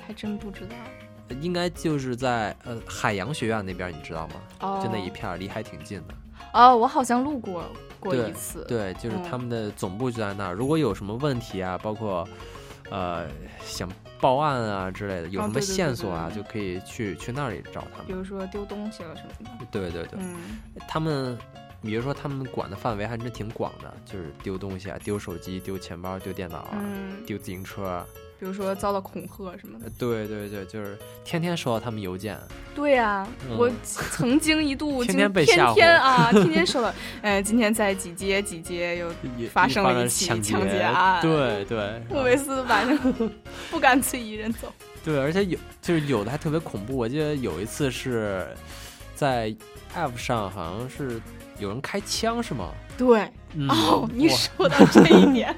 Speaker 27: 还真不知道。
Speaker 26: 呃应该就是在呃海洋学院那边，你知道吗？就那
Speaker 27: 哦
Speaker 26: 一片儿，离还挺近的。
Speaker 27: 哦，我好像路过过
Speaker 26: 对
Speaker 27: 一次。
Speaker 26: 对，就是
Speaker 27: 嗯
Speaker 26: 他们的总部就在那儿。如果有什么问题啊，包括呃想报案啊之类的，有
Speaker 27: 哦
Speaker 26: 什
Speaker 1: 对
Speaker 26: 么对对线
Speaker 27: 对
Speaker 26: 索啊，
Speaker 27: 对
Speaker 26: 就可以去去那里找他
Speaker 27: 比
Speaker 1: 们。
Speaker 27: 如说丢东西了什么的。
Speaker 26: 对对对，
Speaker 27: 嗯
Speaker 26: 他们比如说他们管的范围还真挺广的，就是丢东西啊，丢手机、丢钱包、丢电脑啊，
Speaker 27: 嗯，
Speaker 26: 丢自行车啊。
Speaker 27: 比如说遭到恐吓什么的
Speaker 26: 呃。对对对，就是天天收到他们邮件，
Speaker 27: 对呀，
Speaker 26: 嗯
Speaker 27: 我曾经一
Speaker 26: [LAUGHS]
Speaker 27: 度
Speaker 26: 天
Speaker 27: 经
Speaker 26: 天被吓唬
Speaker 27: 天天啊，天天 [LAUGHS] 受到，呃，今天在几街几街又
Speaker 26: 也
Speaker 27: 发
Speaker 26: 一
Speaker 27: 生了一起
Speaker 1: 抢
Speaker 27: 抢啊
Speaker 1: 劫
Speaker 27: 案，，
Speaker 26: 对对
Speaker 27: 莫维斯晚上不敢自己一人走。
Speaker 26: 对，而且有就是有的还特别恐怖。我记得有一次是在 App 上，好像是有人开枪，是吗？
Speaker 27: 对，
Speaker 26: 嗯
Speaker 27: 哦，你
Speaker 1: 哇
Speaker 27: 说到这一
Speaker 26: [LAUGHS]
Speaker 27: 点，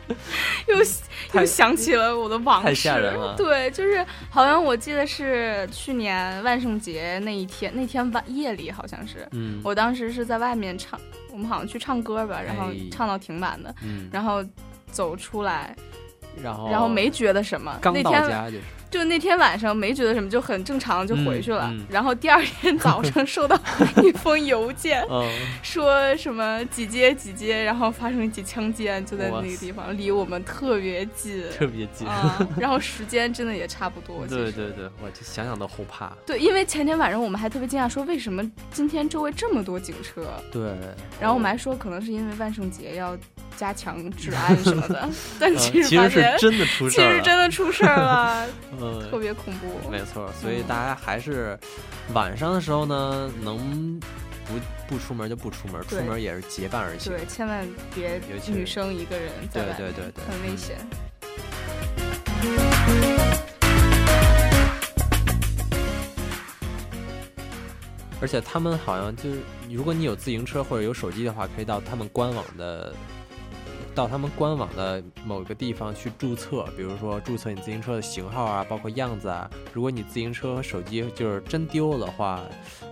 Speaker 27: 又又想起了我的往事。
Speaker 1: 太吓人
Speaker 26: 嗯
Speaker 1: 了
Speaker 27: [LAUGHS] 对，就是好像我记得是去年万圣节那一天，那天晚夜里好像是，
Speaker 1: 嗯
Speaker 27: 我当时是在外面唱，我们好像去唱歌吧，然后
Speaker 1: 哎
Speaker 27: 唱到挺晚的，
Speaker 1: 嗯
Speaker 27: 然后走出来，
Speaker 26: 然后
Speaker 27: 然后没觉得什么。
Speaker 1: 哦刚
Speaker 27: 那
Speaker 1: 到
Speaker 27: 天
Speaker 1: 家就是。
Speaker 27: 就那天晚上没觉得什么，就很正常就回去了。
Speaker 1: 嗯嗯
Speaker 27: 然后第二天早上收到一封邮
Speaker 1: [LAUGHS]
Speaker 27: 件，
Speaker 1: 哦
Speaker 26: 嗯
Speaker 27: 说什么几街几街，然后发生一起枪击案，就在那个地方，离我们特别近，
Speaker 1: 特别近 [LAUGHS]
Speaker 27: 啊。然后时间真的也差不多。其实
Speaker 1: 对
Speaker 27: 对
Speaker 26: 对，我就想想都后怕。
Speaker 27: 对，因为前天晚上我们还特别惊讶，说为什么今天周围这么多警车。
Speaker 26: 对，
Speaker 27: 然后我们还说，可能是因为万圣节要加强 [LAUGHS] 治安什么的，但
Speaker 26: 嗯
Speaker 27: 其实
Speaker 26: 其
Speaker 27: 发
Speaker 26: 实是
Speaker 27: 现
Speaker 26: 真的出事
Speaker 27: 其
Speaker 1: 儿
Speaker 27: 实
Speaker 1: 了
Speaker 26: [LAUGHS]
Speaker 27: 真的出事儿了，
Speaker 26: 呃
Speaker 27: 特别别恐怖。
Speaker 26: 没错，所
Speaker 27: 嗯
Speaker 26: 以大家还是晚上的时候呢，能不不出门就不出门，出
Speaker 27: 对
Speaker 26: 门也是结伴而行。
Speaker 27: 对，千万别
Speaker 26: 尤其是
Speaker 27: 女生一个人在
Speaker 26: 对
Speaker 27: 外面，
Speaker 26: 对对嗯对
Speaker 27: 很危险。
Speaker 26: 而且他们好像就是，如果你有自行车或者有手机的话，可以到他们官网的，到他们官网的某个地方去注册，比如说注册你自行车的型号啊，包括样子啊。如果你自行车和手机就是真丢了的话，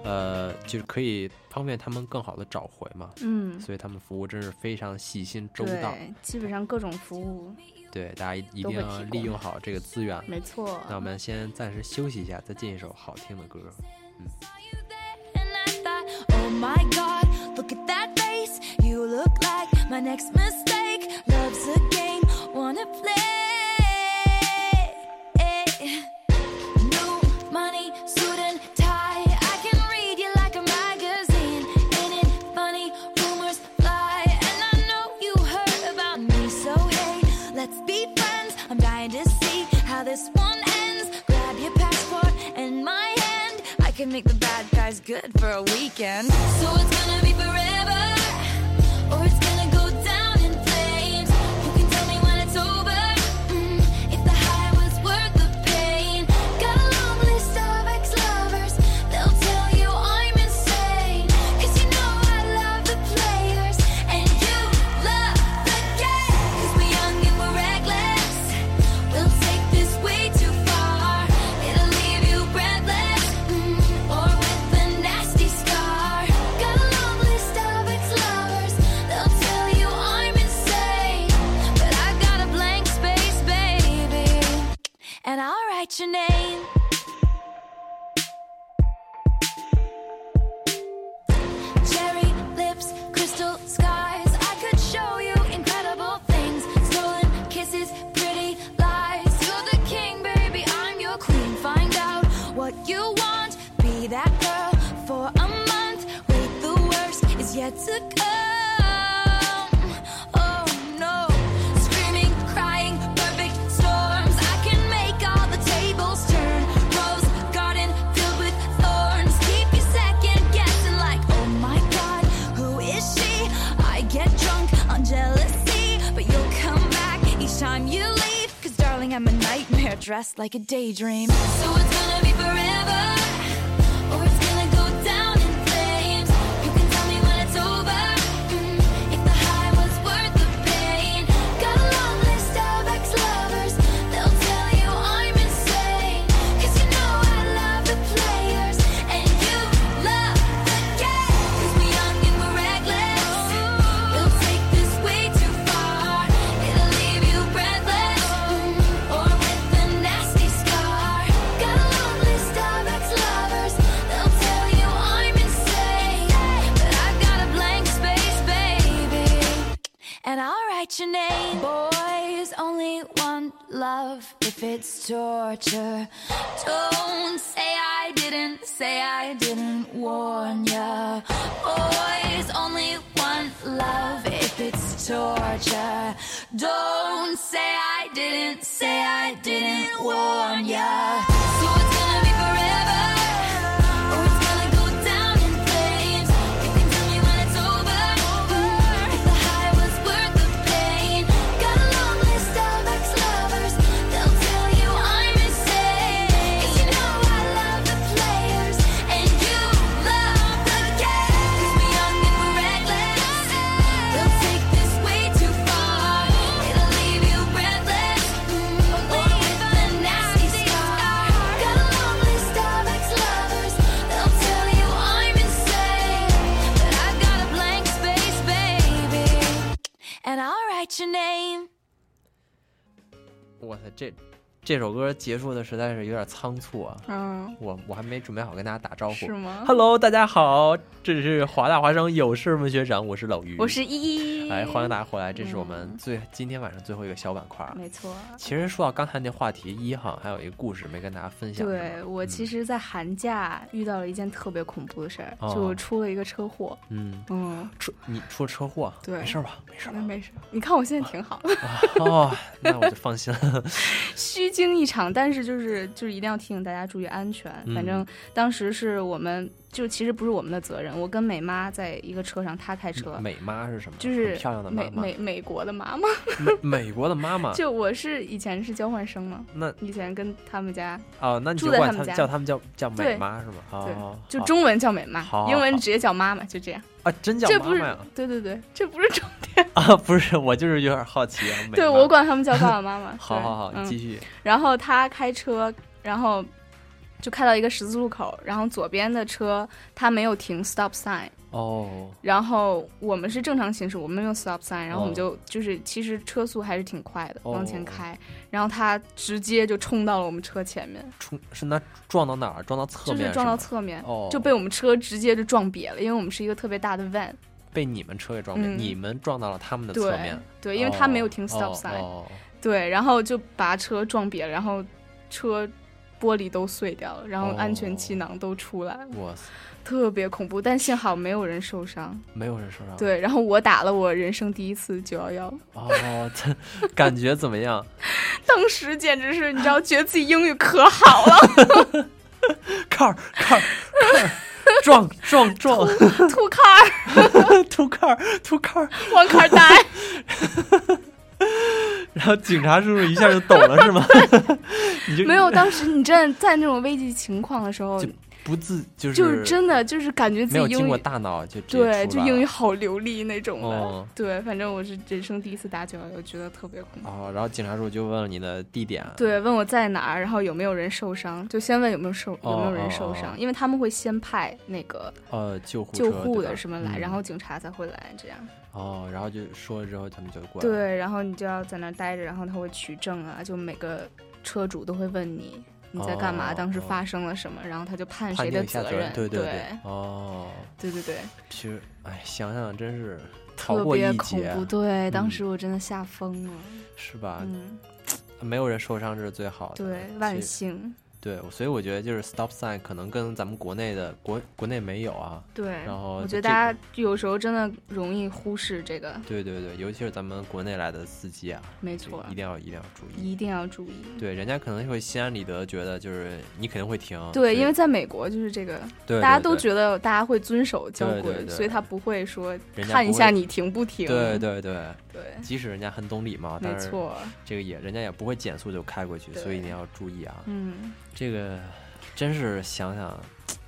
Speaker 26: 呃，就是可以方便他们更好的找回嘛。
Speaker 27: 嗯
Speaker 26: 所以他们服务真是非常细心周到。
Speaker 27: 对，基本上各种服务。
Speaker 26: 对，大家一一
Speaker 27: 都
Speaker 26: 定
Speaker 27: 会
Speaker 26: 要
Speaker 27: 提
Speaker 26: 利
Speaker 27: 供
Speaker 26: 用好这个资源。
Speaker 27: 没错
Speaker 26: 那我们先暂时休息一下，再进一首好听的歌。
Speaker 29: thought, oh my god, look at that face. You look like my next mistake. Love's a game, wanna play. New money, suit and tie. I can read you like a magazine. Ain't it funny? Rumors fly. And I know you heard about me, so hey, let's be friends. I'm dying to see how this one ends. Grab your passport and my hand. I can make the bad guys good for a weekend. So it's gonna be forever, or it's gonna go down in flames. You can tell me when it's over. Mm, if the high was worth the pain. Got a long list of ex-lovers. They'll tell you I'm insane. 'Cause you know I love the players, and you love the game. 'Cause we're young and we're reckless. We'll take this way too far. It'll leave you breathless, mm, or with a nasty scar. Got a long list of ex-lovers. They'll tell you I'm insane, but I got a blank space, baby and I'll write your name. Cherry lips, crystal skies. I could show you incredible things. Stolen kisses, pretty lies. You're the king, baby. I'm your queen. Find out what you want. Be that girl for a month. Wait, the worst is yet to come. Oh no. Screaming, crying, perfect storms. I can make all the tables turn. Rose garden filled with thorns. Keep you second guessing, like, oh my god, who is she? I get drunk on jealousy, but you'll come back each time you leave. Cause darling, I'm a nightmare dressed like a daydream. So it's gonna be forever. or it's gonna go down in flames. You can tell me when it's over. Mm, if the high was worth the pain. Got a long list of ex-lovers. They'll tell you I'm insane. 'Cause you know I love the players, and you love the game. 'Cause we're young and we're reckless. We'll take this way too far. It'll leave you breathless, mm, or with a nasty scar. Got a long list of ex-lovers. They'll tell you I'm insane, but I've got a blank space, baby and I'll write your name. Boys only want love if it's torture. Don't say I didn't, say I didn't warn ya. Boys only want love if it's torture. Don't say I didn't, say I didn't warn ya. So it's gonna be forever. or it's gonna go down in flames. You can tell me when it's over. If the high was worth the pain. Got a long list of ex-lovers. They'll tell you I'm insane. 'Cause you know I love the players, and you love the game. 'Cause we're young and we're reckless. They'll take this way too far. It'll leave you breathless, or with a nasty scar. Got a long list of ex-lovers. They'll tell you I'm insane, but I've got a blank space, baby and I'll write your name.
Speaker 26: 哇塞，这这首歌结束的实在是有点仓促啊！
Speaker 27: 嗯，
Speaker 26: 我我还没准备好跟大家打招呼。
Speaker 27: 是吗
Speaker 26: Hello，大家好，这里是华大华生有事吗学长，我是老于，
Speaker 27: 我是依依嗯
Speaker 26: 哎，欢迎大家回来，这是我们最、今天晚上最后一个小板块啊。
Speaker 27: 没错。
Speaker 26: 其实说到刚才那话题，一哈还有一个故事没跟大家分享。嗯是
Speaker 27: 对
Speaker 26: 吗
Speaker 27: 我其实，在寒假遇到了一件特别恐怖的事儿，
Speaker 26: 哦
Speaker 27: 就出了一个车祸。
Speaker 26: 嗯，
Speaker 27: 嗯，
Speaker 26: 出你出了车祸，
Speaker 27: 对，
Speaker 26: 没事吧？没
Speaker 27: 事吧？没事。你看我现在挺好，
Speaker 26: 哦，那我就放心了。
Speaker 27: 虚虚惊一场，但是就是就是一定要提醒大家注意安全。
Speaker 31: 嗯
Speaker 27: 反正当时是我们就其实不是我们的责任，我跟美妈在一个车上，她开
Speaker 26: [LAUGHS]
Speaker 27: 车，
Speaker 31: 美妈是什么？
Speaker 27: 就是
Speaker 26: 嗯很漂亮的妈
Speaker 27: 美
Speaker 26: 妈
Speaker 27: 美美国的妈妈。
Speaker 26: 美美国的妈妈
Speaker 27: [LAUGHS] 就我是以前是交换生嘛，
Speaker 26: 那
Speaker 27: 以前跟他们家
Speaker 26: 哦，那你就
Speaker 27: 住在
Speaker 26: 管
Speaker 27: 他
Speaker 26: 他
Speaker 27: 们
Speaker 26: 们
Speaker 27: 家
Speaker 26: 叫他们叫叫美
Speaker 27: 对
Speaker 26: 妈是吗？
Speaker 27: 对
Speaker 26: 哦，，
Speaker 27: 就
Speaker 26: 好
Speaker 27: 中文叫美妈
Speaker 26: 好，
Speaker 27: 英文
Speaker 26: 好
Speaker 27: 直接叫妈妈，就这样。
Speaker 26: 啊，真叫
Speaker 27: 这
Speaker 26: 妈
Speaker 27: 不是
Speaker 26: 妈呀？
Speaker 27: 对对对，这不是重，
Speaker 26: 啊， [LAUGHS] 不是，我就是有点好奇啊。美
Speaker 27: 对
Speaker 26: 妈。
Speaker 27: 我管他们叫爸爸妈妈
Speaker 26: [LAUGHS] 好
Speaker 27: 对
Speaker 26: 好好，你
Speaker 27: 嗯
Speaker 26: 继续。
Speaker 27: 然后他开车，然后就开到一个十字路口，然后左边的车他没有停 stop sign，
Speaker 26: 哦，
Speaker 27: 然后我们是正常行驶，我们没有 stop sign，然后我们
Speaker 26: 哦
Speaker 27: 就、就是其实车速还是挺快的，
Speaker 26: 哦
Speaker 27: 往前开，然后他直接就冲到了我们车前面，
Speaker 26: 冲是那撞到哪儿？撞到侧
Speaker 27: 就
Speaker 26: 面
Speaker 27: 是
Speaker 26: 吗？
Speaker 27: 撞到侧面，
Speaker 26: 哦，
Speaker 27: 就被我们车直接就撞瘪了，因为我们是一个特别大的 van，
Speaker 26: 被你们车给撞扁，
Speaker 27: 嗯
Speaker 26: 你们撞到了他们的侧
Speaker 27: 对
Speaker 26: 面。
Speaker 27: 对，因为他没有停
Speaker 26: 哦
Speaker 27: stop
Speaker 26: 哦
Speaker 27: sign，、
Speaker 26: 哦
Speaker 27: 对，然后就把车撞瘪了，然后车玻璃都碎掉了，然后
Speaker 26: 哦
Speaker 27: 安全气囊都出来了。
Speaker 26: 哇塞，
Speaker 27: 特别恐怖，但幸好没有人受伤。
Speaker 26: 没有人受伤。
Speaker 27: 对，然后我打了我人生第一次九幺幺，
Speaker 26: 哦， [LAUGHS] 这感觉怎么样？
Speaker 27: 当时简直是你知道，觉得自己英语可好了， [LAUGHS]
Speaker 26: 撞撞撞，
Speaker 27: [LAUGHS] 吐坎儿，
Speaker 26: 吐坎儿，吐坎儿，
Speaker 27: [LAUGHS] 往坎儿呆。
Speaker 26: [LAUGHS] 然后警察叔叔一下就懂了是吗？ [LAUGHS] 你就
Speaker 27: 没有，当时你真的在那种危急情况的时候，
Speaker 26: 不自就是
Speaker 27: 就是真的就是感觉自
Speaker 26: 没有
Speaker 27: 己
Speaker 26: 经
Speaker 27: 英
Speaker 26: 过
Speaker 27: 语
Speaker 26: 大脑就直接
Speaker 27: 对，
Speaker 26: 出
Speaker 27: 就
Speaker 26: 来
Speaker 27: 英语
Speaker 26: 了
Speaker 27: 好流利那种的。
Speaker 26: 哦
Speaker 27: 对，反正我是人生第一次打九幺幺，觉得特别恐怖。
Speaker 26: 哦，然后警察叔叔就问了你的地点，
Speaker 27: 对，问我在哪儿，然后有没有人受伤，就先问有没有受有没有
Speaker 26: 哦哦
Speaker 27: 人受伤，
Speaker 26: 哦
Speaker 27: 因为他们会先派那个
Speaker 26: 呃，救护车
Speaker 27: 救护
Speaker 26: 对吧
Speaker 27: 的什么来，
Speaker 26: 嗯
Speaker 27: 然后警察才会来这样。
Speaker 26: 哦，然后就说了之后他们就过来，，
Speaker 27: 对，然后你就要在那儿待着，然后他会取证啊，就每个车主都会问你你在干嘛，
Speaker 26: 哦
Speaker 27: 当时发生了什么，然后他就判
Speaker 26: 判
Speaker 27: 谁
Speaker 26: 定
Speaker 27: 的
Speaker 26: 一下
Speaker 27: 责
Speaker 26: 责任，对
Speaker 27: 对
Speaker 26: 对，哦，
Speaker 27: [LAUGHS] 对对对
Speaker 26: 其实哎，想想真是逃
Speaker 27: 特
Speaker 26: 过
Speaker 27: 别
Speaker 26: 一
Speaker 27: 恐
Speaker 26: 劫
Speaker 27: 怖，，对，当
Speaker 26: 嗯
Speaker 27: 时我真的吓疯了，
Speaker 26: 是吧？
Speaker 27: 嗯，
Speaker 26: 没有人受伤这是最好的，
Speaker 27: 对，
Speaker 26: 其
Speaker 27: 万
Speaker 26: 实。
Speaker 27: 幸，
Speaker 26: 对，所以我觉得就是 stop sign 可能跟咱们国内的国国内没有啊，
Speaker 27: 对，
Speaker 26: 然后
Speaker 27: 我觉得
Speaker 26: 这
Speaker 27: 大家有时候真的容易忽视这个，
Speaker 26: 对对对，尤其是咱们国内来的司机啊，
Speaker 27: 没
Speaker 26: 就
Speaker 27: 错嗯
Speaker 26: 一定要一定要注意。
Speaker 27: 一定要注意。
Speaker 26: 对，人家可能会心安理得觉得就是你肯定会停，所
Speaker 27: 对，
Speaker 26: 以
Speaker 27: 因为在美国就是这个，
Speaker 26: 啊对
Speaker 27: 大家
Speaker 26: 对
Speaker 27: 都
Speaker 26: 对
Speaker 27: 觉得大家会遵守交
Speaker 26: 对
Speaker 27: 规，
Speaker 26: 对对
Speaker 27: 所以他不会说
Speaker 26: 人家
Speaker 27: 看
Speaker 26: 不
Speaker 27: 一下
Speaker 26: 会
Speaker 27: 你停不停。
Speaker 26: 对对对
Speaker 27: 对
Speaker 26: 即使人家很懂礼貌，
Speaker 27: 没
Speaker 26: 但是
Speaker 27: 错
Speaker 26: 这个也人家也不会减速就开过去，所以你要注意啊。
Speaker 27: 嗯，
Speaker 26: 这个真是想想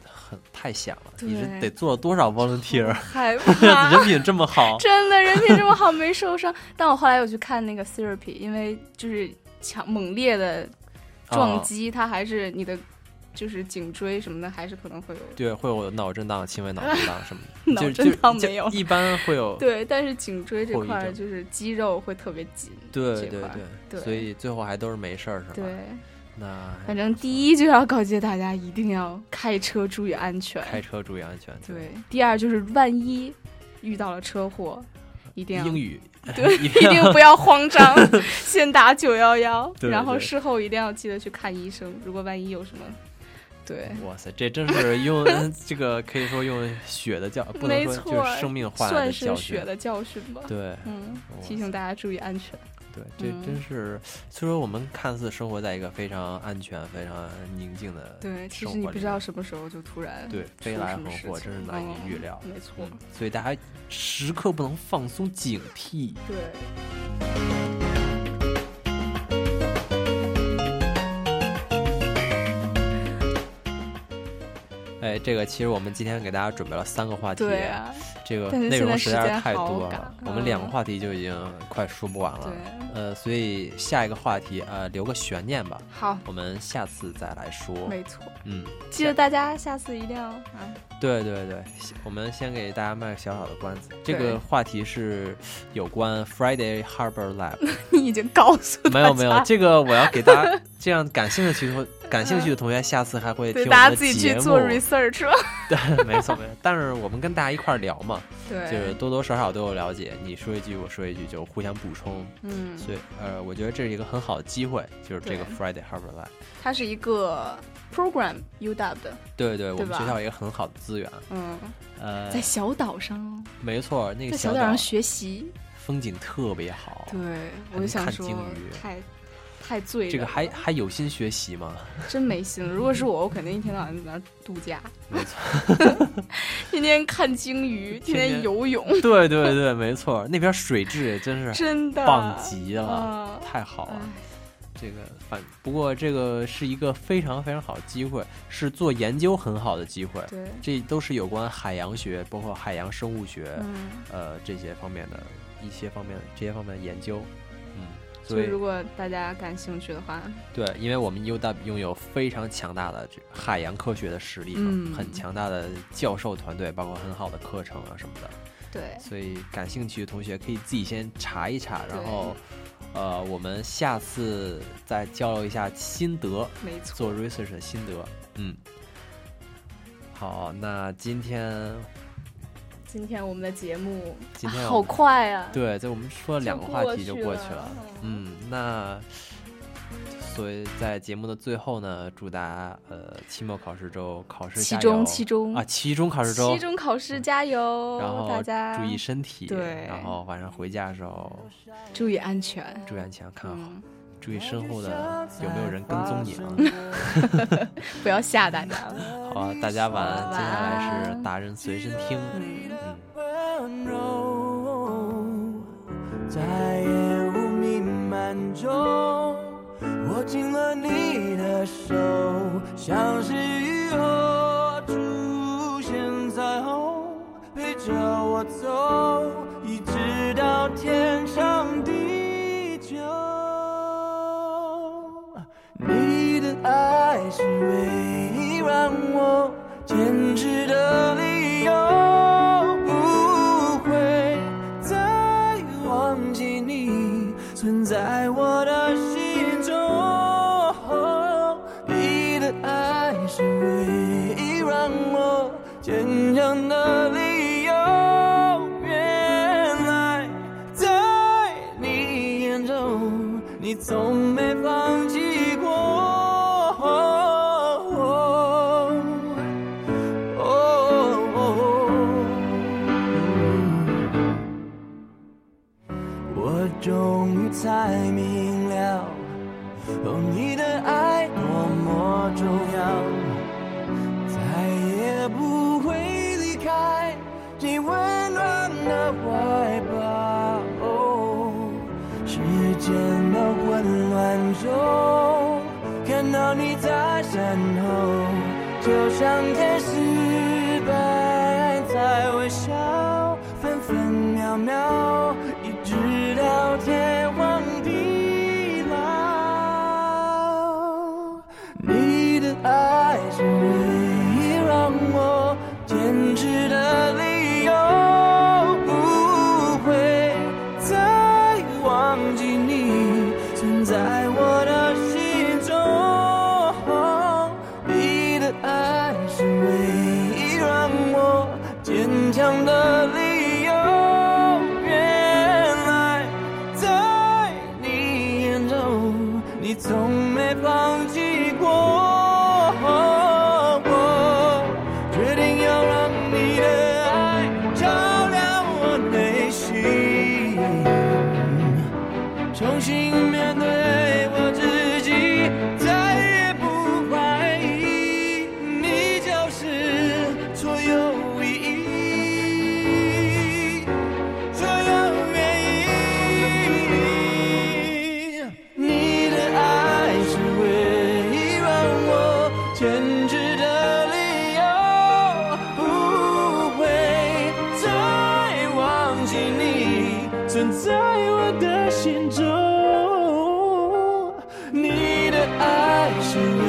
Speaker 26: 很太险了，你是
Speaker 27: 对
Speaker 26: 得做了多少 volunteer？ [LAUGHS]
Speaker 27: 害怕
Speaker 26: 人品这么好，
Speaker 27: [LAUGHS] 真的人品这么好，没受
Speaker 26: [LAUGHS]
Speaker 27: 伤。但我后来有去看那个 therapy，因为就是强猛烈的撞击，它还是你的就是颈椎什么的，还是可能会有。
Speaker 26: 对，会有脑震荡、轻微脑震荡什么
Speaker 27: [LAUGHS]
Speaker 26: 的，
Speaker 27: 脑
Speaker 26: 就
Speaker 27: 震荡
Speaker 26: 就
Speaker 27: 没有
Speaker 26: 就一般会有。
Speaker 27: 对，但是颈椎这
Speaker 26: 后遗
Speaker 27: 块儿
Speaker 26: 症
Speaker 27: 就是肌肉会特别紧。
Speaker 26: 对对
Speaker 27: 这块儿对
Speaker 26: 所以最后还都是没事儿，是吧？
Speaker 27: 对，
Speaker 26: 那
Speaker 27: 反正第一就要告诫大家一定要开车注意安全。
Speaker 26: 开车注意安全。
Speaker 27: 对，第二就是万一遇到了车祸，一定要
Speaker 26: 英语
Speaker 27: [LAUGHS] 对，
Speaker 26: 一
Speaker 27: 一
Speaker 26: 定要
Speaker 27: 定不要慌张，先打九幺幺，
Speaker 26: 对
Speaker 27: 然后
Speaker 26: 对
Speaker 27: 事后一定要记得去看医生，如果万一有什么，对，
Speaker 26: [LAUGHS] 哇塞，这真是
Speaker 27: [LAUGHS]
Speaker 26: 用这个可以说用血的教，不能
Speaker 27: 没
Speaker 26: 说
Speaker 27: 错，
Speaker 26: 就是生命换来
Speaker 27: 算
Speaker 26: 的
Speaker 27: 是
Speaker 26: 教
Speaker 27: 血
Speaker 26: 训。
Speaker 27: 的教训吧，
Speaker 26: 对
Speaker 27: 嗯
Speaker 26: 哇，
Speaker 27: 提醒大家注意安全，
Speaker 26: 对，这
Speaker 27: 嗯
Speaker 26: 真是虽说我们看似生活在一个非常安全、非常宁静的
Speaker 27: 对，其
Speaker 26: 生
Speaker 27: 实你
Speaker 26: 活
Speaker 27: 不
Speaker 26: 里
Speaker 27: 知道什么时候就突然
Speaker 26: 对
Speaker 27: 出
Speaker 26: 飞来
Speaker 27: 什么
Speaker 26: 横
Speaker 27: 事
Speaker 26: 祸，
Speaker 27: 情
Speaker 26: 真是难以
Speaker 27: 嗯
Speaker 26: 预料。
Speaker 27: 没错，
Speaker 26: 所以大家时刻不能放松警惕。
Speaker 27: 对。
Speaker 26: 哎，这个其实我们今天给大家准备了三个话题，
Speaker 27: 对啊
Speaker 26: 这个
Speaker 27: 但是
Speaker 26: 内
Speaker 27: 现
Speaker 26: 容
Speaker 27: 在
Speaker 26: 实
Speaker 27: 时
Speaker 26: 在
Speaker 27: 间
Speaker 26: 是太
Speaker 27: 好
Speaker 26: 多
Speaker 27: 赶嗯
Speaker 26: 了，我们两个话题就已经快说不完了。呃，所以下一个话题呃留个悬念吧。
Speaker 27: 好
Speaker 26: 我们下次再来说。
Speaker 27: 没错，
Speaker 26: 嗯，
Speaker 27: 记得大家下次一定要啊， [LAUGHS]
Speaker 26: 对对对，我们先给大家卖个小小的关子，这
Speaker 27: 对
Speaker 26: 个话题是有关 Friday
Speaker 27: [LAUGHS]
Speaker 26: Harbor Lab。
Speaker 27: 你已经告诉
Speaker 26: 没有没有
Speaker 27: 大，家
Speaker 26: 这个我要给大家这样感兴趣的同感兴趣的同学，下次还会听
Speaker 27: 对
Speaker 26: 我
Speaker 27: 大家
Speaker 26: 们的
Speaker 27: 自己
Speaker 26: 节
Speaker 27: 去
Speaker 26: 目。
Speaker 27: 做 research 吧，
Speaker 26: 对，没错没错。但是我们跟大家一块儿聊
Speaker 27: [LAUGHS]
Speaker 26: 嘛，
Speaker 27: 对
Speaker 26: 就是多多少少都有了解，你说一句我说一句，就互相补充。
Speaker 27: 嗯
Speaker 26: 所以呃，我觉得这是一个很好的机会，就是这个
Speaker 27: 对
Speaker 26: Friday Harbor Live。
Speaker 27: 它是一个 program UW 的，
Speaker 26: 对对，我
Speaker 27: 对
Speaker 26: 们
Speaker 27: 吧
Speaker 26: 学校有一个很好的资源。
Speaker 27: 嗯，
Speaker 26: 呃，
Speaker 27: 在小岛上哦，
Speaker 26: 没错，那个
Speaker 27: 在小
Speaker 26: 岛
Speaker 27: 岛上学习，
Speaker 26: 风景特别好。
Speaker 27: 对，我
Speaker 26: 能
Speaker 27: 就想
Speaker 26: 看
Speaker 27: 说
Speaker 26: 鲸鱼
Speaker 27: 太太醉人了。
Speaker 26: 这个还还有心学习吗？
Speaker 27: 真没心了。如果是我，我肯定一天到晚在那儿度假，
Speaker 26: 没错，
Speaker 27: [LAUGHS] 天天看鲸鱼， [LAUGHS] 天天游泳。
Speaker 26: 对对对，没错，那边水质也真是
Speaker 27: [LAUGHS] 真的
Speaker 26: 棒极了
Speaker 27: 啊，
Speaker 26: 太好了。这个反不过这个是一个非常非常好的机会，是做研究很好的机会。
Speaker 27: 对
Speaker 26: 这都是有关海洋学，包括海洋生物学，
Speaker 27: 嗯
Speaker 26: 呃这些方面的一些方面这些方面的研究。嗯，
Speaker 27: 所
Speaker 26: 所
Speaker 27: 以
Speaker 26: 以
Speaker 27: 如果大家感兴趣的话，
Speaker 26: 对，因为我们 UW 拥有非常强大的这个海洋科学的实力嘛，
Speaker 27: 嗯
Speaker 26: 很强大的教授团队，包括很好的课程啊什么的。
Speaker 27: 对
Speaker 26: 所以感兴趣的同学可以自己先查一查，然
Speaker 27: 对
Speaker 26: 后，呃，我们下次再交流一下心得，
Speaker 27: 没错
Speaker 26: 做 research 的心得。嗯，好，那今天
Speaker 27: 今天我们的节目
Speaker 26: 今天
Speaker 27: 啊
Speaker 26: 我
Speaker 27: 好
Speaker 26: 们
Speaker 27: 快啊！
Speaker 26: 对，在我们说了
Speaker 27: 就
Speaker 26: 两个话
Speaker 27: 过
Speaker 26: 题就
Speaker 27: 去
Speaker 26: 过
Speaker 27: 了
Speaker 26: 去了。嗯，那所以在节目的最后呢，祝大家呃期末考试周考试
Speaker 27: 期
Speaker 26: 加
Speaker 27: 中
Speaker 26: 油
Speaker 27: 期中
Speaker 26: 啊，期中考试周，嗯
Speaker 27: 期中考试加油，
Speaker 26: 然后
Speaker 27: 大家
Speaker 26: 注意身体，
Speaker 27: 对
Speaker 26: 然后晚上回家的时候
Speaker 27: 注意安全。
Speaker 26: 注意安全，看
Speaker 27: 嗯
Speaker 26: 好，注意身后的有没有人跟踪你啊。 [LAUGHS]
Speaker 27: [LAUGHS] 不要吓大家了。
Speaker 26: 好啊，大家晚安。接下来
Speaker 27: 晚
Speaker 26: 是达人随身听，嗯
Speaker 32: 温柔，在夜雾弥漫中，握紧了你的手，像是雨后出现彩虹，陪着我走，一直到天长地久。你的爱是唯一让我坚持的理由，不会再忘记你存在我的心中。你的爱是唯一让我坚强的理由，原来在你眼中，你从没放弃过。我终于才明了，哦，你的爱多么重要。再也不会离开你温暖的怀抱。时间的混乱中，看到你在身后，就像天使般在微笑，分分秒秒，一直到天荒地老。你的爱是唯一让我坚持的理由，不会再忘记你存在我的心中。你的爱是唯一让我坚强的理由，原来在你眼中。你从没放弃过。我决定要让你的爱照亮我内心，重新面对我自己，再也不怀疑，你就是所有唯一，所有原因。你的爱是唯一让我坚持的理由，不会再忘记你存在我的心中。你的爱是唯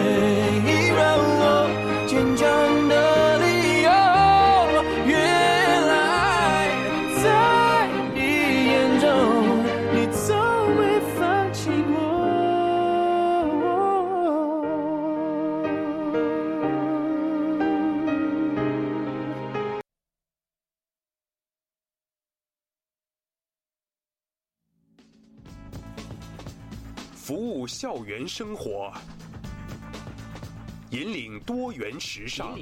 Speaker 32: 一让我坚强的理由，原来在你眼中，你从没放弃我。
Speaker 2: 服务校园生活，引领多元时尚，